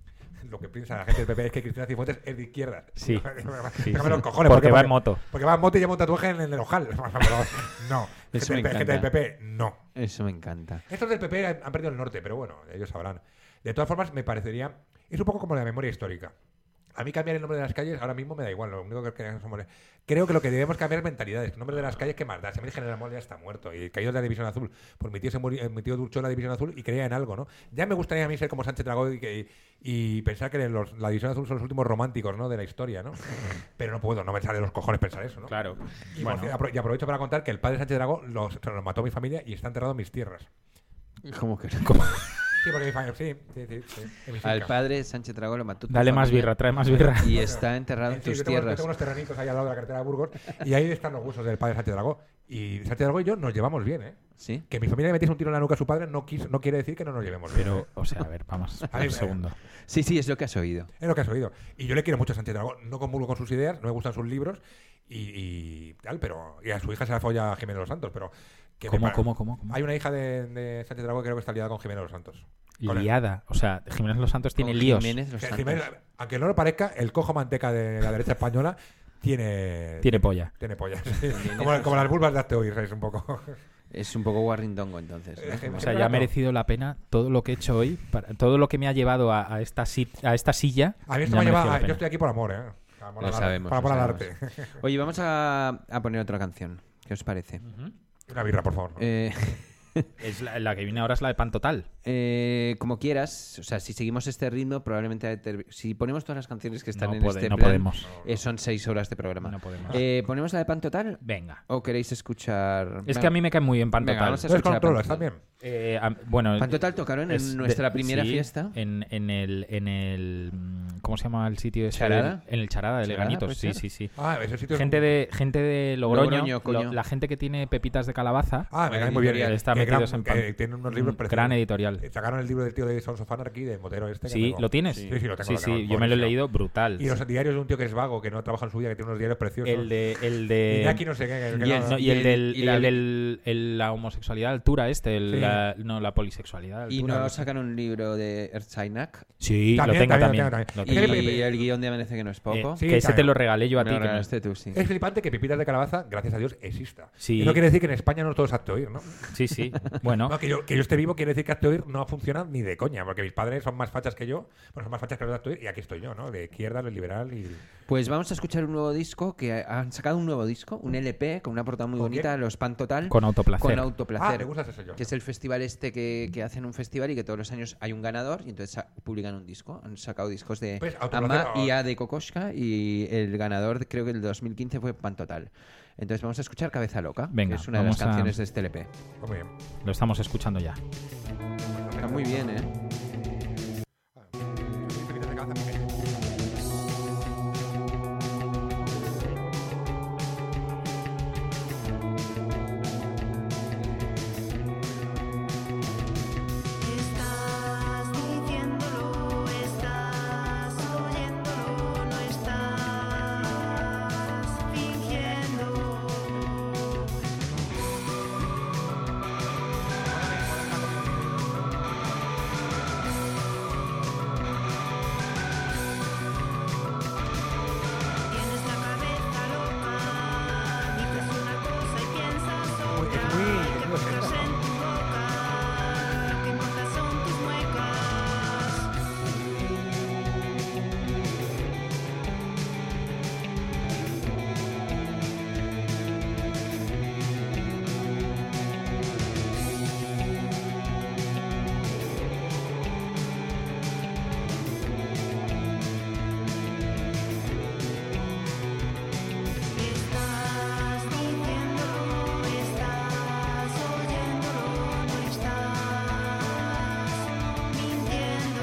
lo que piensa la gente del PP es que Cristina Cifuentes es de izquierda. [LAUGHS]
Sí. Sí,
Tócame
sí.
los cojones,
Porque va en moto.
Porque va en moto y lleva un tatuaje en el ojal. [LAUGHS] no,
Eso
gente,
me
gente del
encanta.
PP, no.
Eso me
[LAUGHS]
encanta.
Estos del PP han perdido el norte, pero bueno, ellos sabrán. De todas formas, me parecería. Es un poco como la memoria histórica. A mí cambiar el nombre de las calles ahora mismo me da igual. Lo único que creo, creo que lo que debemos cambiar es mentalidades. El nombre de las calles, ¿qué más da? Si a mí el general Mole ya está muerto y cayó de la División Azul. Pues mi tío, se murió, eh, mi tío luchó en la División Azul y creía en algo, ¿no? Ya me gustaría a mí ser como Sánchez Dragó y, que- y pensar que los- la División Azul son los últimos románticos, ¿no? De la
[LAUGHS]
historia, ¿no? Pero no puedo, no me sale de los cojones pensar eso, ¿no?
Claro.
Y, por
Bueno,
cierto, apro- y aprovecho para contar que el padre Sánchez Dragó los, se los mató a mi familia y está enterrado en mis tierras.
¿Cómo que
Sí, porque mi familia, sí, sí, sí. sí, en mi
Al
finca.
padre Sánchez Dragó lo mató. tu
dale más
familia
birra, trae más birra.
Y está enterrado en
Sí,
tus
yo tengo, yo
tierras.
tengo unos terrenitos ahí al lado de la carretera de Burgos y ahí están los huesos del padre Sánchez Dragó. Y Sánchez Dragó y yo nos llevamos bien, ¿eh?
¿Sí?
Que mi familia le metiese un tiro en la nuca a su padre no, quiso- no quiere decir que no nos llevemos bien. ¿eh?
Pero, o sea, a ver,
[LAUGHS]
vamos,
ver,
un segundo.
sí, sí, es lo que has oído.
Es lo que has oído. Y yo le quiero mucho a Sánchez Dragó. No comulgo con sus ideas, no me gustan sus libros y, y tal, pero. Y a su hija se la folla a Jimeno de los Santos, pero. que me
¿Cómo,
para-
cómo, cómo, cómo?
Hay una hija de, de Sánchez Dragó que creo que está liada con Jimeno de los Santos. Con el-
Liada. O sea, Jiménez Los Santos tiene
Con
líos.
Jiménez Los
que
Santos.
Jimeno- aunque no lo parezca, el cojo manteca de la derecha española tiene.
Tiene polla.
Tiene pollas. como, como las vulvas de Hazte Oír, es un poco. [LAUGHS]
Es un poco Warringtongo entonces. ¿no?
Eh,
Como-
O sea, ya ha
Claro.
merecido la pena todo lo que he hecho hoy, para- todo lo que me ha llevado a, a esta, si- a esta silla.
A mí esto
me ha
me lleva.
merecido la
yo
pena.
estoy aquí por amor, ¿eh? Por amor
Lo
al ar-
sabemos,
Por amor
lo
al arte. [LAUGHS]
sabemos. Oye, vamos a, a poner otra canción. ¿Qué os parece?
Una birra, por favor.
Eh,
Es la, la que viene ahora es la de Pan Total.
eh, como quieras, o sea, si seguimos este ritmo, probablemente ter- si ponemos todas las canciones que están
No
en
pode-
este
no
plan,
podemos.
eh, son seis horas de programa.
No podemos.
Eh, Ponemos la de Pan Total
Venga.
o queréis escuchar.
Es que a mí me cae muy bien Pan
Venga,
Total.
vamos a-
Entonces
escucha la
controlas
canción.
también.
Eh, am- bueno,
En total tocaron
es de-
en nuestra primera
sí,
fiesta.
En, en el, en el. mm, ¿Cómo se llama el sitio? ese
¿Charada?
del- en el Charada de
¿Charada
Leganitos.
puede
Sí,
ser?
sí, sí.
Ah, ese sitio es
Gente
un-
de, gente de Logroño,
Logroño,
lo-
coño.
la gente que tiene pepitas de calabaza.
Ah, me cae muy bien.
editorial.
Está
Qué
metidos
gran-
en pan.
que tiene unos libros
Un
preciosos.
gran editorial.
Eh, Sacaron el libro del tío de Sons of Anarchy, de Motero este. que
sí,
tengo.
¿lo tienes?
Sí, sí, lo tengo.
Sí,
lo
yo me
tengo,
lo he
buenísimo.
leído brutal.
Y los diarios de un tío que es vago, que no trabaja en su vida, que tiene unos diarios preciosos.
el de. El de
Iñaki no sé qué. que- que
y el,
no-
no, y
y
el
el-
del-
y
y
la-
el del- el- la homosexualidad de altura, este, el-
Sí.
la, no, la polisexualidad. de
Y
altura,
no
no sé.
sacaron un libro de Erzainak.
Sí,
También,
lo tengo también.
también, lo tengo
lo
también.
tengo.
Sí,
Y
sí, sí.
el guión de Amanece que no es poco. este-
Eh,
Sí,
que ese
claro.
te lo regalé yo a
Me
ti.
lo
que no- Eh.
regalaste tú, sí.
Es flipante que Pipitas de Calabaza, gracias a Dios, exista.
Sí.
Y no quiere decir que en España no todo es apto oír, ¿no?
Sí,
[LAUGHS]
sí. Bueno,
No, que, yo, que yo esté vivo quiere decir que apto oír no funciona ni de coña, porque mis padres son más fachas que yo, bueno, son más fachas que los de apto oír, y aquí estoy yo, ¿no? De izquierda, de liberal y... Ah,
Pues vamos a escuchar un nuevo disco que ha- han sacado un nuevo disco, un LP con una portada muy
¿Con
bonita,
quién?
los Pan Total.
Con Autoplacer.
Con Autoplacer.
Ah, me gusta ese señor.
Que es el festival este que, que hacen un festival y que todos los años hay un ganador y entonces sa- publican un disco. Han sacado discos de
Pues, Autoplacer,
Ama y
ah.
A de Kokoschka y el ganador creo que el 2015 fue Pan Total. Entonces vamos a escuchar Cabeza Loca,
Venga,
que es una de las
vamos a-
canciones de este LP.
Pues muy bien.
lo estamos escuchando ya.
Está muy bien, ¿eh?
Pipitas de Calabaza, muy bien.
Estás diciéndolo, estás oyéndolo, no estás fingiendo. Tienes la cabeza loca, dices una cosa y piensas otra.
Es muy- es
Te
muy
buscas
ochenta,
en tu boca, lo que importa son tus muecas. Estás diciéndolo, estás oyéndolo, no estás mintiendo.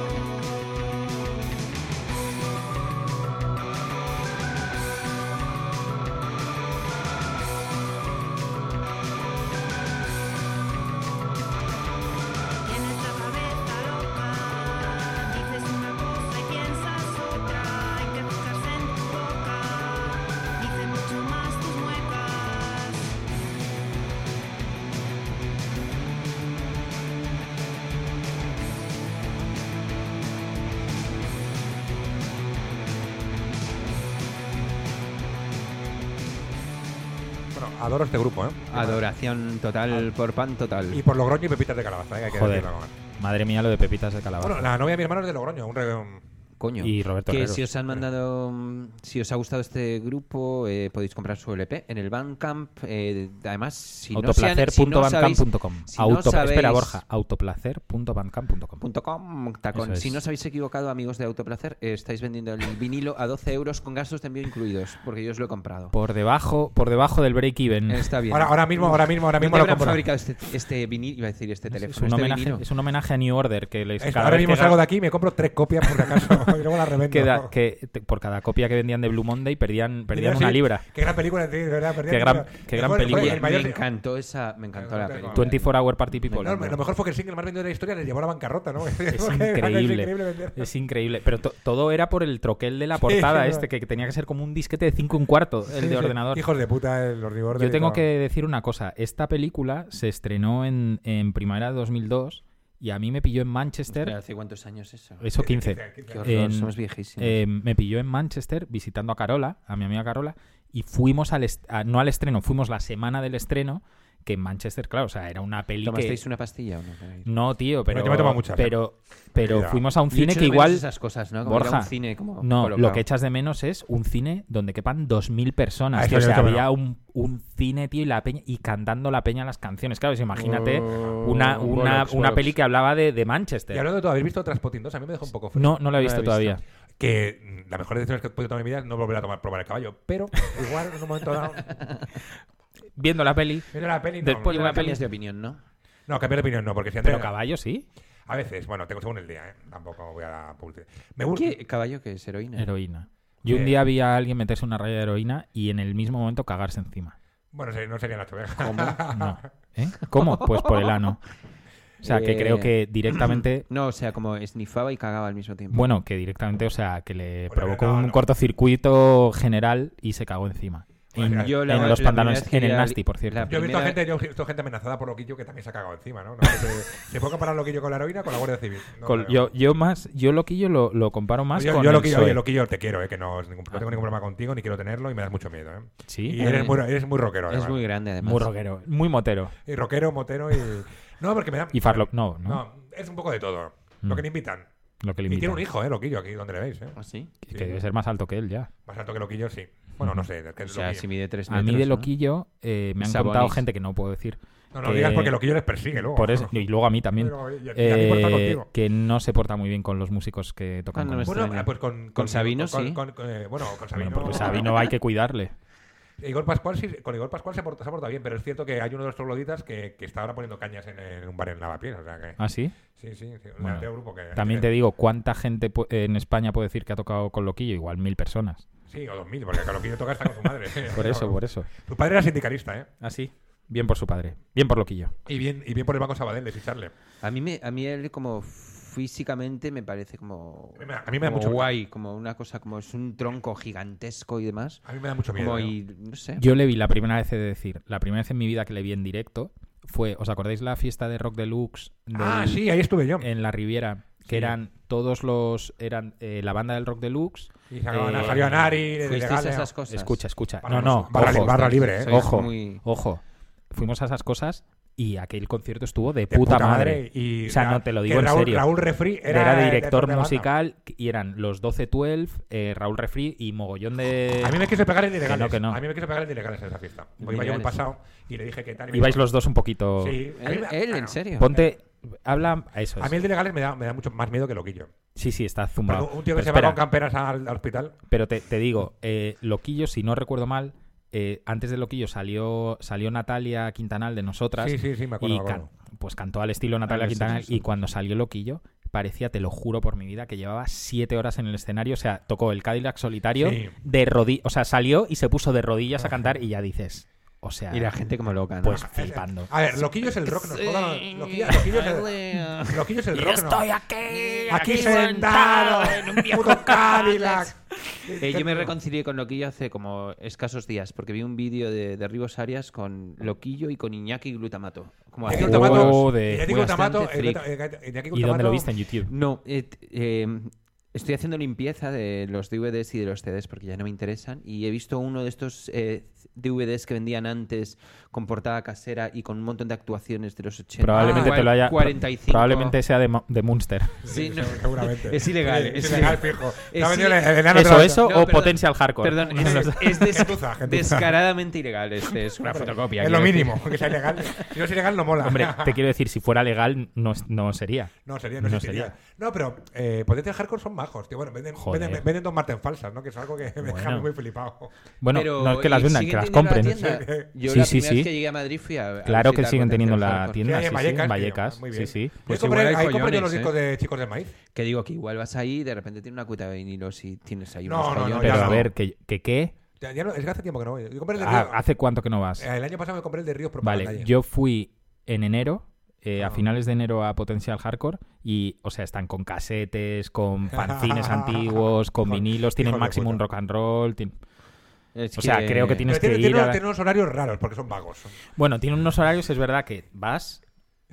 Tienes la cabeza loca, dices una cosa y piensas otra, hay que fijarse en tu boca, dice mucho más tus muecas.
Bueno, adoro este grupo, ¿eh?
Adoración total
Ah.
por Pan Total.
Y por Logroño y Pepitas de Calabaza, ¿eh? que hay que
Joder,
decirlo.
madre mía, lo de pepitas de calabaza.
Bueno, la novia de mi hermano es de Logroño, un... re- un-
Coño.
Y Roberto
Que
Herreros.
si os han mandado, mm, si os ha gustado este grupo, eh, podéis comprar su LP en el Bandcamp. eh, además, si no, se han- si no sabéis-
autoplacer.bandcamp.com.
si no
Auto-
sabéis-
Espera, Borja. autoplacer.bandcamp.com.
punto com, tacón.
Eso es.
Si no os habéis equivocado, amigos de Autoplacer, eh, estáis vendiendo el vinilo a 12 euros con gastos de envío incluidos, porque yo os lo he comprado.
Por debajo, por debajo del break even. Es,
Está bien.
Ahora, ahora mismo, ahora mismo, ahora mismo
¿Dónde
lo
habrán
compro.
fabricado este, este vinilo? Iba a decir este teléfono.
un
este
homenaje,
vinilo?
es un homenaje a New Order que les
Esto,
cada
ahora
vez
mismo
que
salgo
ga-
de aquí y me compro tres copias por si acaso [LAUGHS] y luego las revendo.
que da- que te- por cada copia que vendían de Blue Monday perdían, perdían
Mira,
una
sí,
libra.
Qué gran película, tío, de verdad. perdí
Qué
la
gran-
película.
qué gran
Fue- fue
película.
Oye, me
el mayor-
encantó esa, me encantó la
Me encantó.
película.
24 Hour Party People.
No, [LAUGHS] lo mejor fue que el single más vendido de la historia le llevó a la bancarrota, [LAUGHS] ¿no?
[LAUGHS] Es increíble. Es increíble. Pero to- todo era por el troquel de la portada
sí,
este,
no.
que, que tenía que ser como un disquete de 5 un cuarto, el de ordenador.
Hijos de puta, el ordenador
Yo
de
tengo
todo.
que decir una cosa. Esta película se estrenó en, en primavera de 2002 y a mí me pilló en Manchester.
Pero ¿Hace cuántos años eso?
Eso 15.
Qué horror,
en-
somos viejísimos.
Eh, me pilló en Manchester visitando a Carola, a mi amiga Carola, y fuimos al est- a- no al estreno, fuimos la semana del estreno, que en Manchester, claro, o sea, era una peli que...
¿Tomasteis una pastilla o no? para ir?
No, tío, pero
Bueno, yo me he tomado muchas,
pero, pero
Cuidado.
fuimos a un
Yo
cine
echo
que
de menos
igual
esas cosas, ¿no? Como
Borja,
ir a un cine como
no,
colocado.
lo que echas de menos es un cine donde quepan 2.000
Ah,
personas. tío.
eso
o sea,
yo también
había un, un cine, tío, y, la peña, y cantando la peña las canciones. Claro, pues imagínate
Oh,
una, una,
bollocks,
una
bollocks.
peli que hablaba de, de
Y
Manchester.
hablando de todo, ¿habéis visto Transpotting 2? A mí me dejó un poco frío.
No, no la he visto
visto.
todavía.
Que mm, la mejor decisión que he podido tomar en mi vida es no volver a tomar, probar el caballo.
[LAUGHS]
Pero igual en un momento dado,
Viendo la peli,
viendo la peli, no,
Después
no.
de la
Igual
peli.
cambias de opinión, ¿no?
No, cambiar de opinión no, porque si
Pero
Andrea-
caballo sí.
A veces, bueno, tengo según el día, ¿eh? Tampoco voy a la publicidad. Me gusta.
¿Qué caballo que es heroína?
Heroína. Yo
Eh.
un día vi a alguien meterse una raya de heroína y en el mismo momento cagarse encima.
Bueno, se- no serían las ovejas. [LAUGHS]
No. ¿Eh? ¿Cómo? Pues por el ano. O sea, que
Eh.
[LAUGHS] creo que directamente.
No, o sea, como esnifaba y cagaba al mismo tiempo.
Bueno, que directamente, o sea, que le
Bueno,
provocó
no,
un
no.
cortocircuito general y se cagó encima.
Bueno,
Pues En-
yo
en los pantalones, en el nasty, por cierto.
Yo he visto, gente, yo he visto gente amenazada por Loquillo que también se ha cagado encima, ¿no? No, que se, se puede comparar Loquillo con la heroína con la Guardia Civil. No,
Col-
no, no.
yo, yo más, yo loquillo lo, lo comparo más
yo,
con
yo
el
Loquillo,
PSOE.
oye, Loquillo, te quiero, ¿eh? Que no, es ningún- no tengo ningún problema contigo, ni quiero tenerlo y me das mucho miedo, ¿eh?
Sí.
Y
Eh,
eres muy, eres muy rockero,
Es
además.
muy grande, además.
muy roguero, muy motero.
Y rockero, motero
[LAUGHS]
y... No, porque me da...
Y Farlock, no, Mm. no,
No, es un poco de todo. Lo que le invitan.
Lo que le
Y tiene
invitan.
un hijo, ¿eh? Loquillo, aquí donde le veis, ¿eh?
¿Ah, sí?
Que debe ser más alto que él ya.
Más alto que Loquillo, sí. Bueno, no sé. es que
O
es
sea,
Loquillo.
si mide tres
A
metros.
mí de
¿no?
loquillo eh, me han
Sabonis.
contado gente que no puedo decir.
No, no
que-
digas porque Loquillo les persigue luego.
Por eso, y luego a mí también.
Oh. Pero, y a- y a ti por estar
eh,
contigo.
que no se porta muy bien con los músicos que tocan
Ah, no
con
me
él.
Bueno,
extraña.
ah, pues con,
Con Sabino,
con-
sí.
con- con, eh, bueno, con Sabino.
Bueno, porque Sabino hay que cuidarle.
Igor Pascual, sí, con Igor Pascual se porta, se ha portado bien, pero es cierto que hay uno de los trogloditas que, que está ahora poniendo cañas en, en un bar en Lavapiés. O sea que.
¿Ah,
[LAUGHS]
sí?
Sí, sí, sí.
Bueno,
tengo un grupo que-
También te digo, ¿cuánta gente pu- en España puede decir que ha tocado con Loquillo? Igual mil personas.
Sí, o 2000, porque claro, quien toca está con su madre.
[LAUGHS] Por eso, por eso.
Tu padre era sindicalista, ¿eh?
¿Ah, sí? Bien por su padre. Bien por Loquillo.
Y bien, y bien por el Banco Sabadell de ficharle.
A mí, me, a mí él como físicamente me parece como...
A mí me da- a mí me da
como
mucho-
guay, como una cosa, como es un tronco gigantesco y demás.
A mí me da mucho miedo.
Como
¿no?
y, no sé.
Yo le vi la primera vez, he de decir, la primera vez en mi vida que le vi en directo fue, ¿os acordáis la fiesta de Rock Deluxe? del-
Ah, sí, ahí estuve yo.
En la Riviera, que eran todos los, eran eh, la banda del Rock Deluxe.
y sacaban a
eh,
Javier Anari, de
¿Fuisteis
legal.
a esas cosas?
Escucha, escucha.
Barra-
No, no,
barra-
ojo,
barra libre, ¿eh?
Sois
ojo,
muy-
ojo. Fuimos a esas cosas y aquel concierto estuvo de,
de
puta, madre.
Y
o sea,
Ra-
no te lo
que
digo en
Raúl,
serio.
Raúl Refri era,
director
de banda.
musical y eran los 12-12, eh, Raúl Refri y mogollón de...
A mí me quiso pegar el ilegales.
que no.
A mí me quiso pegar el ilegales en esa fiesta. Porque iba yo
Ilegales.
muy pasado y le dije que tal. y me
Ibais
dijo,
los dos un poquito...
Sí. A mí
Él,
me-
él, en
ah,
serio.
Ponte... Habla... Eso
A
es.
mí el de legales me da, me da mucho más miedo que loquillo.
Sí, sí, está
Porque
zumbado.
un tío
Pero
que se va
espera,
con camperas al, al hospital.
Pero te, te digo, eh, Loquillo, si no recuerdo mal, eh, antes de Loquillo salió, salió Natalia Quintanal de nosotras.
Sí, sí, sí, me acuerdo,
y
me acuerdo.
can- pues cantó al estilo Natalia
Ah, sí,
Quintanal.
sí, sí.
Y cuando salió Loquillo, parecía, te lo juro por mi vida, que llevaba siete horas en el escenario. O sea, tocó el Cadillac solitario
Sí.
de rodillas. O sea, salió y se puso de rodillas a cantar y ya dices. O sea,
Y la gente como loca, ¿no?
pues flipando.
A ver, loquillo es el rock. Nos juega- loquillo, loquillo es el, loquillo es el rock. ¿no?
aquí,
aquí sentado en un puto Cadillac.
Eh, yo me reconcilié con Loquillo hace como escasos días, porque vi un vídeo de, de Rivos Arias con Loquillo y con Iñaki Glutamato. Como
Iñaki
haciendo-
Glutamato-
Joder,
Iñaki
fue bastante
Glutamato-
freak.
Iñaki Glutamato-
¿Y dónde lo viste en YouTube?
No, eh, t- eh, estoy haciendo limpieza de los DVDs y de los CDs porque ya no me interesan y he visto uno de estos eh, DVDs que vendían antes con portada casera y con un montón de actuaciones de los 80.
Probablemente
Cuar-
te lo haya.
45.
Probablemente sea de, Mo- de Munster.
Sí, no.
Seguramente.
Es ilegal,
Sí,
es
Es ilegal,
ilegal.
fijo.
Es
Te ha venido el-
ilegal.
el enano de
Eso,
la-
eso
No,
o
perdón.
Potential Hardcore.
Perdón, es, es des-
Gentuza, gentuza.
descaradamente ilegal. Este [LAUGHS] es una fotocopia.
Es lo
quiero decir.
mínimo, que sea ilegal. Si no es ilegal, no mola.
[LAUGHS] Hombre, te quiero decir, si fuera legal, no, es- no sería.
No, sería, no,
No
existiría.
sería.
No, pero eh, Potential Hardcore son majos, tío. Bueno, venden,
Joder.
venden, venden Don Marten falsas, ¿no? Que es algo que me deja
Bueno.
muy flipado.
Bueno,
Pero,
no es que las
¿y
vendan,
siguen
que las
teniendo la
compren.
tienda? Yo
Sí,
la
sí,
primera
sí.
vez que llegué a Madrid fui a. a
Claro que
visitar
siguen teniendo
Potencial
la
Hardcore.
tienda.
Sí,
sí,
en
sí,
Vallecas,
en
tío.
Vallecas.
Muy
Sí,
bien.
sí.
Yo
Pues
compré-
igual hay
ahí compro yo los
collones,
¿eh?
discos de Chicos de Maíz.
Que digo que igual vas ahí y de repente tiene una cuenta de vinilos y tienes ahí
No,
unos
no, no,
collones.
Pero
ya
a
no.
ver, ¿que, que qué?
Ya- ya no- es que hace tiempo que no voy. Yo compré el de
Ah,
Ríos. Eh,
¿Hace cuánto que no vas?
El año pasado me compré el de Ríos por Ah.
Vale, yo fui en enero. eh, a finales de enero a Potencial Hardcore y, o sea, están con casetes,
[LAUGHS]
con fanzines antiguos, con
Hijo-
vinilos, tienen
hijo de
máximo un
puta.
rock and roll. tienen-
Es
O sea, creo que tienes
Pero tiene,
que ir
tiene-
este a la-
tiene unos horarios raros porque son vagos.
Bueno, tiene unos horarios, es verdad que vas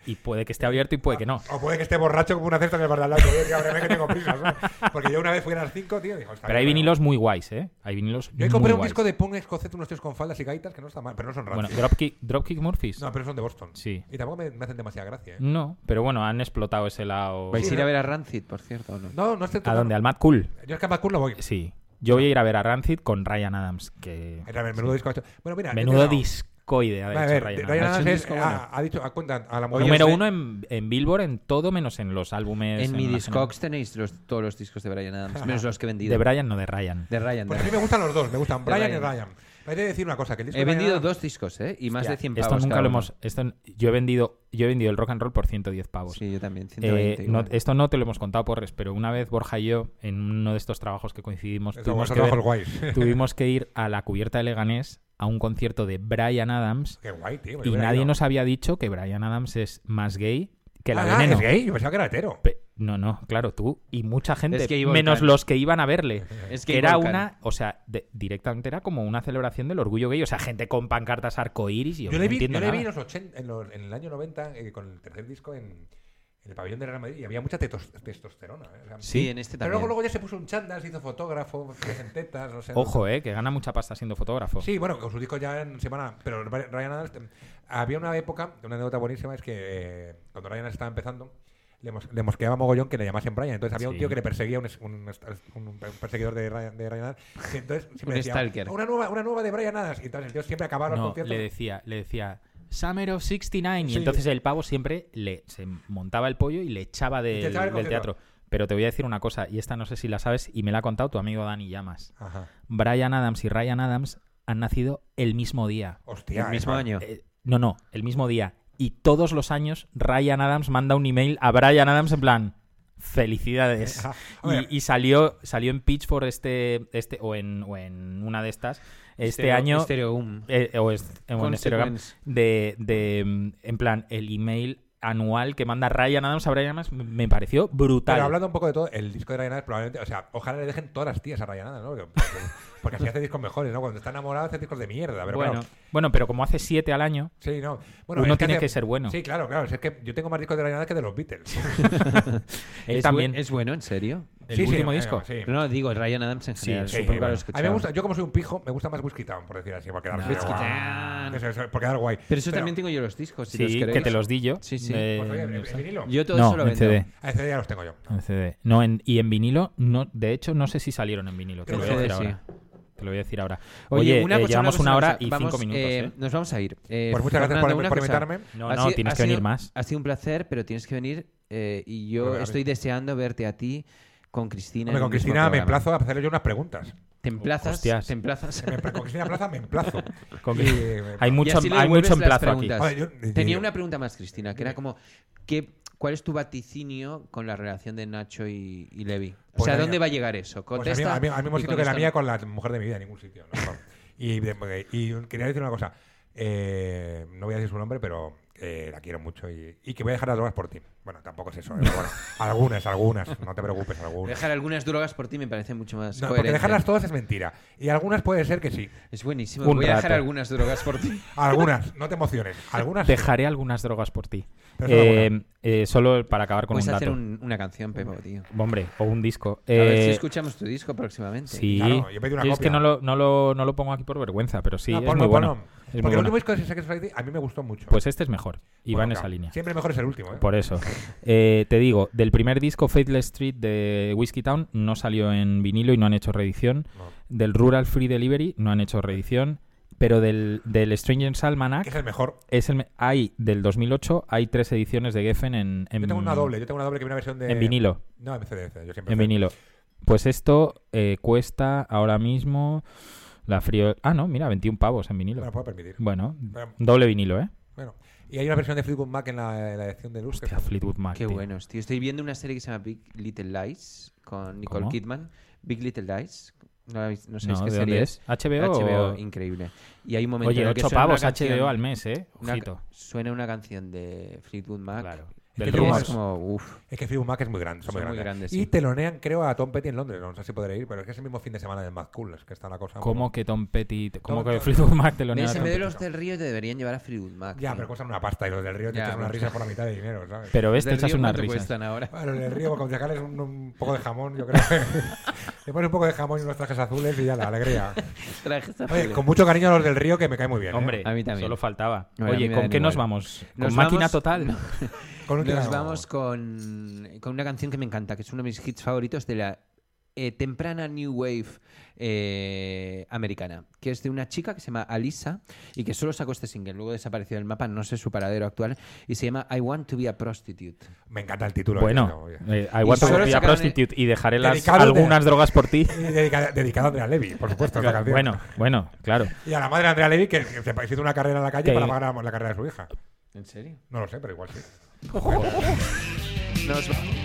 y puede que esté abierto y puede que no.
O puede que esté borracho como una cesta en el bar de al lado. Yo, tío, ábreme que tengo prisa, ¿sabes? Porque yo una vez fui a las 5, tío. y Dijo, está
Pero hay
bien,
vinilos muy guays, ¿eh? Hay vinilos
Yo
muy
ahí compré un
guays.
disco de punk escocés, unos tíos con faldas y gaitas que no está mal, pero no son raros.
Bueno, Dropkick, Dropkick Murphys.
no, pero son de Boston.
Sí. Mm.
Y tampoco me, me hacen demasiada gracia. ¿eh?
No, pero bueno, han explotado ese lado.
¿Vais a ir
no.
a ver a Rancid, por cierto? o no?
No, no estoy
¿A dónde? ¿Al Mad Cool?
Yo es que a Macur lo voy.
Sí. Yo voy a ir a ver a Rancid con Ryan Adams, que...
Era el menudo disco. Bueno, mira.
Menudo
no.
discoide ha
A
hecho
ver,
Ryan Adams.
Ryan Adams
un
es-
disco bueno.
ha, ha dicho, ha cuenta a la mujer.
Número uno en, en Billboard en todo menos en los álbumes.
En mi
las-
Discogs tenéis los- todos
[LAUGHS]
los discos de Brian Adams, menos los que he vendido.
De Brian, no de Ryan.
De Ryan.
Pues
de
a mí me gustan los dos, me gustan
De
Brian y
Ryan.
Ryan. Pero Hay que decir una cosa, que el disco
He
de
vendido
Mañana-
dos discos, ¿eh? Y más
Hostia,
de 100 pavos.
Esto nunca
cada
lo
uno.
hemos. Esto, n- yo, he vendido, yo he vendido el rock and roll por 110 pavos.
Sí, yo también.
Eh,
120.
no-
igual.
esto no te lo hemos contado, Porres, pero una vez Borja y yo, en uno de estos trabajos que coincidimos,
Esos
tuvimos que,
trabajos
ver-
[LAUGHS] guays.
tuvimos que ir a la cubierta de Leganés a un concierto de Brian Adams
Qué guay, tío.
y
yo
nadie
hubiera
nos había dicho que Brian Adams es más gay que
ido.
la
Ah,
Veneno.
es gay, yo pensaba que era hetero.
Pe- No, no, claro, tú y mucha gente,
Es gay volcán.
menos los que iban a verle.
Es
que
gay
era
volcán.
una, o sea, de- directamente era como una celebración del orgullo gay, o sea, gente con pancartas arcoíris y yo,
Yo
no
le vi,
entiendo
yo le vi en,
nada.
los 80, en, los- en el año 90 eh, con el tercer disco en, en el pabellón de Real Madrid y había mucha tetos- testosterona. eh, o sea,
Sí, en este
Pero luego,
también.
luego ya se puso un chándal, se hizo fotógrafo, se en tetas, no sé.
Ojo, eh, que gana mucha pasta siendo fotógrafo.
Sí, bueno, con su disco ya en semana. Pero Ryan Adams. eh, Había una época, una anécdota buenísima, es que eh, cuando Ryan Adams estaba empezando, le, mos- le mosqueaba mogollón que le llamasen Brian. Entonces había un
Sí.
tío que le perseguía, un, es- un est- un- un perseguidor de Ryan, de Ryan Adams.
[LAUGHS]
que entonces siempre
Un
decía,
stalker.
Una nueva, una nueva de Brian Adams. Y entonces el tío siempre acababa los
No,
conciertos.
le decía, le decía Summer of 69 y
Sí.
entonces el pavo siempre le se montaba el pollo y le echaba del,
echaba el
del
concierto.
teatro. Pero te voy a decir una cosa, y esta no sé si la sabes, y me la ha contado tu amigo Dani Llamas.
Ajá.
Brian Adams y Ryan Adams han nacido el mismo día.
Hostia.
el mismo
eh,
año.
Eh, no, no, el mismo día. Y todos los años Ryan Adams manda un email a Brian Adams en plan felicidades.
Ajá. Hombre.
Y, y salió, salió en Pitchfork este, este o, en, o en una de estas este
Stereo-
año
Stereoum.
eh, o es- o en Stereogam,
Consequence.
de, de, mm, en plan el email anual que manda Ryan Adams a Brian Adams me- me pareció brutal.
Pero hablando un poco de todo, el disco de Ryan Adams probablemente, o sea, ojalá le dejen todas las tías a Ryan Adams, ¿no? Porque, porque- porque así hace discos mejores, ¿no? Cuando está enamorado hace discos de mierda, pero
bueno,
claro.
bueno, pero como hace siete al año,
Sí, no. Bueno,
Uno
es
tiene
hace-
que ser bueno.
Sí, claro, claro. Es que yo tengo más discos de Ryan Adams que de los
[LAUGHS] él
Beatles.
¿Es,
Eh, también
buen- ¿Es bueno, en serio?
el
Sí, sí,
último
bueno,
disco.
sí.
No, digo, Ryan Adams en general.
sí,
Sí,
supongo que lo
bueno.
he
A mí me
escuchado.
gusta, yo como soy un pijo, me gusta más Whiskey Town, por decir así, para quedar
Whiskey Town.
por quedar guay.
Pero eso también tengo yo los discos, si
Sí,
los
que
queréis.
te los di yo.
Sí, sí.
Eh,
Pues, oye,
no
¿en
sé.
vinilo?
Yo Eh, todo
no,
eso lo
en
vendo.
CD.
Ah, ese ya los tengo yo.
En CD. No, en- y en vinilo, no, de hecho, no sé si salieron en vinilo. Te
En
lo voy a
CD,
decir
sí.
ahora. Te lo voy a decir ahora. Oye, eh,
cosa,
llevamos
cosa,
una hora
cosa.
y
Vamos,
cinco minutos.
eh,
¿eh?
Nos vamos a ir. Eh,
Pues muchas gracias
Fernando,
por-
una
por
cosa.
invitarme.
No,
Ha
no,
sido-
tienes
ha
que venir
sido-
más.
Ha sido un placer, pero tienes que venir eh, y yo
Bueno, a
estoy
ver.
deseando verte a ti con Cristina.
Hombre,
en
con
un mismo
Cristina me
programa.
emplazo a hacerle yo unas preguntas.
Te emplazas,
Hostias.
te emplazas.
Me empla- Con Cristina Plaza me emplazo.
[LAUGHS] Con-
Y, eh,
Hay mucho,
así le
hay
devuelves
mucho
las
emplazo aquí.
preguntas.
Oye, yo-
Tenía
yo-
una pregunta más, Cristina, que era como, ¿qué, ¿cuál es tu vaticinio con la relación de Nacho y, y Levi? O
Pues
sea,
a mí-
¿dónde va a llegar eso?
Pues al,
Contesta.
mismo- al mismo- al mismo
y
sitio que la
contesta-
mía con la mujer de mi vida, en ningún sitio. ¿no? [LAUGHS] y, de- y quería decir una cosa. Eh, no voy a decir su nombre, pero eh, la quiero mucho y, y que voy a dejar las drogas por ti. Bueno, tampoco es eso. eh, pero
[LAUGHS]
bueno, algunas, algunas. No te preocupes, algunas.
Dejar algunas drogas por ti me parece mucho más
No, porque
coherente.
dejarlas todas es mentira. Y algunas puede ser que sí.
Es buenísimo.
Un
Voy a dejar
rato.
algunas drogas por ti.
Algunas, no te emociones. Algunas. sí.
Dejaré algunas drogas por ti.
Pero solo
Eh, eh, solo para acabar [LAUGHS] con
Puedes
un
hacer
dato.
un- una canción, Pepo, tío.
Hombre, o un disco.
A ver si
Eh,
escuchamos tu disco próximamente.
sí.
Claro, yo pedí una
Yo es
copia.
que no lo, no, lo, no lo pongo aquí por vergüenza, pero sí,
No,
es
ponlo,
muy bueno.
ponlo.
Es muy
porque el
bueno.
último disco de Sex Friday a mí me gustó mucho.
Pues este es mejor y va
Bueno,
en esa
claro,
línea.
Siempre mejor es el último. ¿eh?
Por eso. Eh, te digo, del primer disco, Faithless Street de Whiskey Town, no salió en vinilo y no han hecho reedición.
No.
Del Rural Free Delivery, no han hecho reedición. Pero del, del Stranger's
Que
Almanac,
es el mejor.
es el, me- hay del 2008, hay tres ediciones de Geffen en, en-
Yo tengo una doble. Yo tengo una doble que viene una versión de.
en vinilo.
No, en CD. Yo siempre
En
CD.
vinilo. Pues esto eh, cuesta ahora mismo la frío. Ah, no, mira, 21 pavos en
Me lo
vinilo.
puedo permitir.
Bueno,
Bueno.
doble vinilo, ¿eh?
Bueno, y hay una versión de Fleetwood Mac en la, en la edición de Luz. que
Hostia, Fleetwood Mac.
Qué
tío.
buenos, tío. Estoy viendo una serie que se llama Big Little Lies con Nicole
¿Cómo?
Kidman. Big Little Lies. No, la habéis- no sabéis
No,
qué
¿de
serie
dónde es? HBO.
HBO, increíble. Y hay un momento
Oye,
en el que
8
suena una
pavos
canción-
HBO al mes, ¿eh?
una-
Ojito.
suena una canción de Fleetwood Mac.
Claro.
que
Del
Y
tenemos-
rumor.
es como, uff.
Es que Fleetwood Mac es muy grande, son,
Son
muy
muy
grandes.
grandes,
y
sí.
telonean, creo, a Tom Petty en Londres. No sé si podré ir, pero es que es el mismo fin de semana del Mad Cool. Es que está la cosa.
¿Cómo que Tom Petty? ¿Cómo
Tom-
que Fleetwood Mac te lo niega
¿Ves? En
Tom
vez de
Petty?
los del río te deberían llevar a Fleetwood Mac.
Ya,
tío.
pero cuestan una pasta y los del río te
Ya,
echas una
bueno.
risa por la mitad de dinero, ¿sabes?
Pero este ves, te
Del
echas
Río,
unas
¿cuánto
risas.
cuestan ahora?
Bueno, los del río, con sacarles un, un poco de jamón, yo creo. Le pones un poco de jamón y unos trajes azules y ya la alegría.
Trajes
[LAUGHS]
Oye,
azules.
con mucho cariño a los del río que me cae muy bien. ¿eh?
Hombre,
A mí también.
solo faltaba.
Bueno, a mí
Oye,
me
¿con
dan
qué nos
igual.
vamos? ¿Con
Nos
máquina
vamos- [LAUGHS]
total?
Con un
Nos
tirano.
vamos con, con una canción que me encanta, que es uno de mis hits favoritos de la eh, temprana New Wave eh, americana, que es de una chica que se llama Alisa y que solo sacó este single, luego desapareció del mapa, no sé su paradero actual, y se llama I Want to Be a Prostitute.
Me encanta el título.
Bueno,
del tema, oye.
eh, I want to
solo
be a
sacaron
prostitute y dejaré las,
Dedicado de-
algunas drogas por
[LAUGHS]
ti.
Y dedica- dedicado a Andrea Levy, por supuesto. esta canción.
Bueno, bueno, claro.
Y a la madre de Andrea Levy, que, que se hizo una carrera en la calle
Que-
para pagar la, la carrera de su hija.
¿En serio?
No lo sé, pero igual sí.
Nos vamos.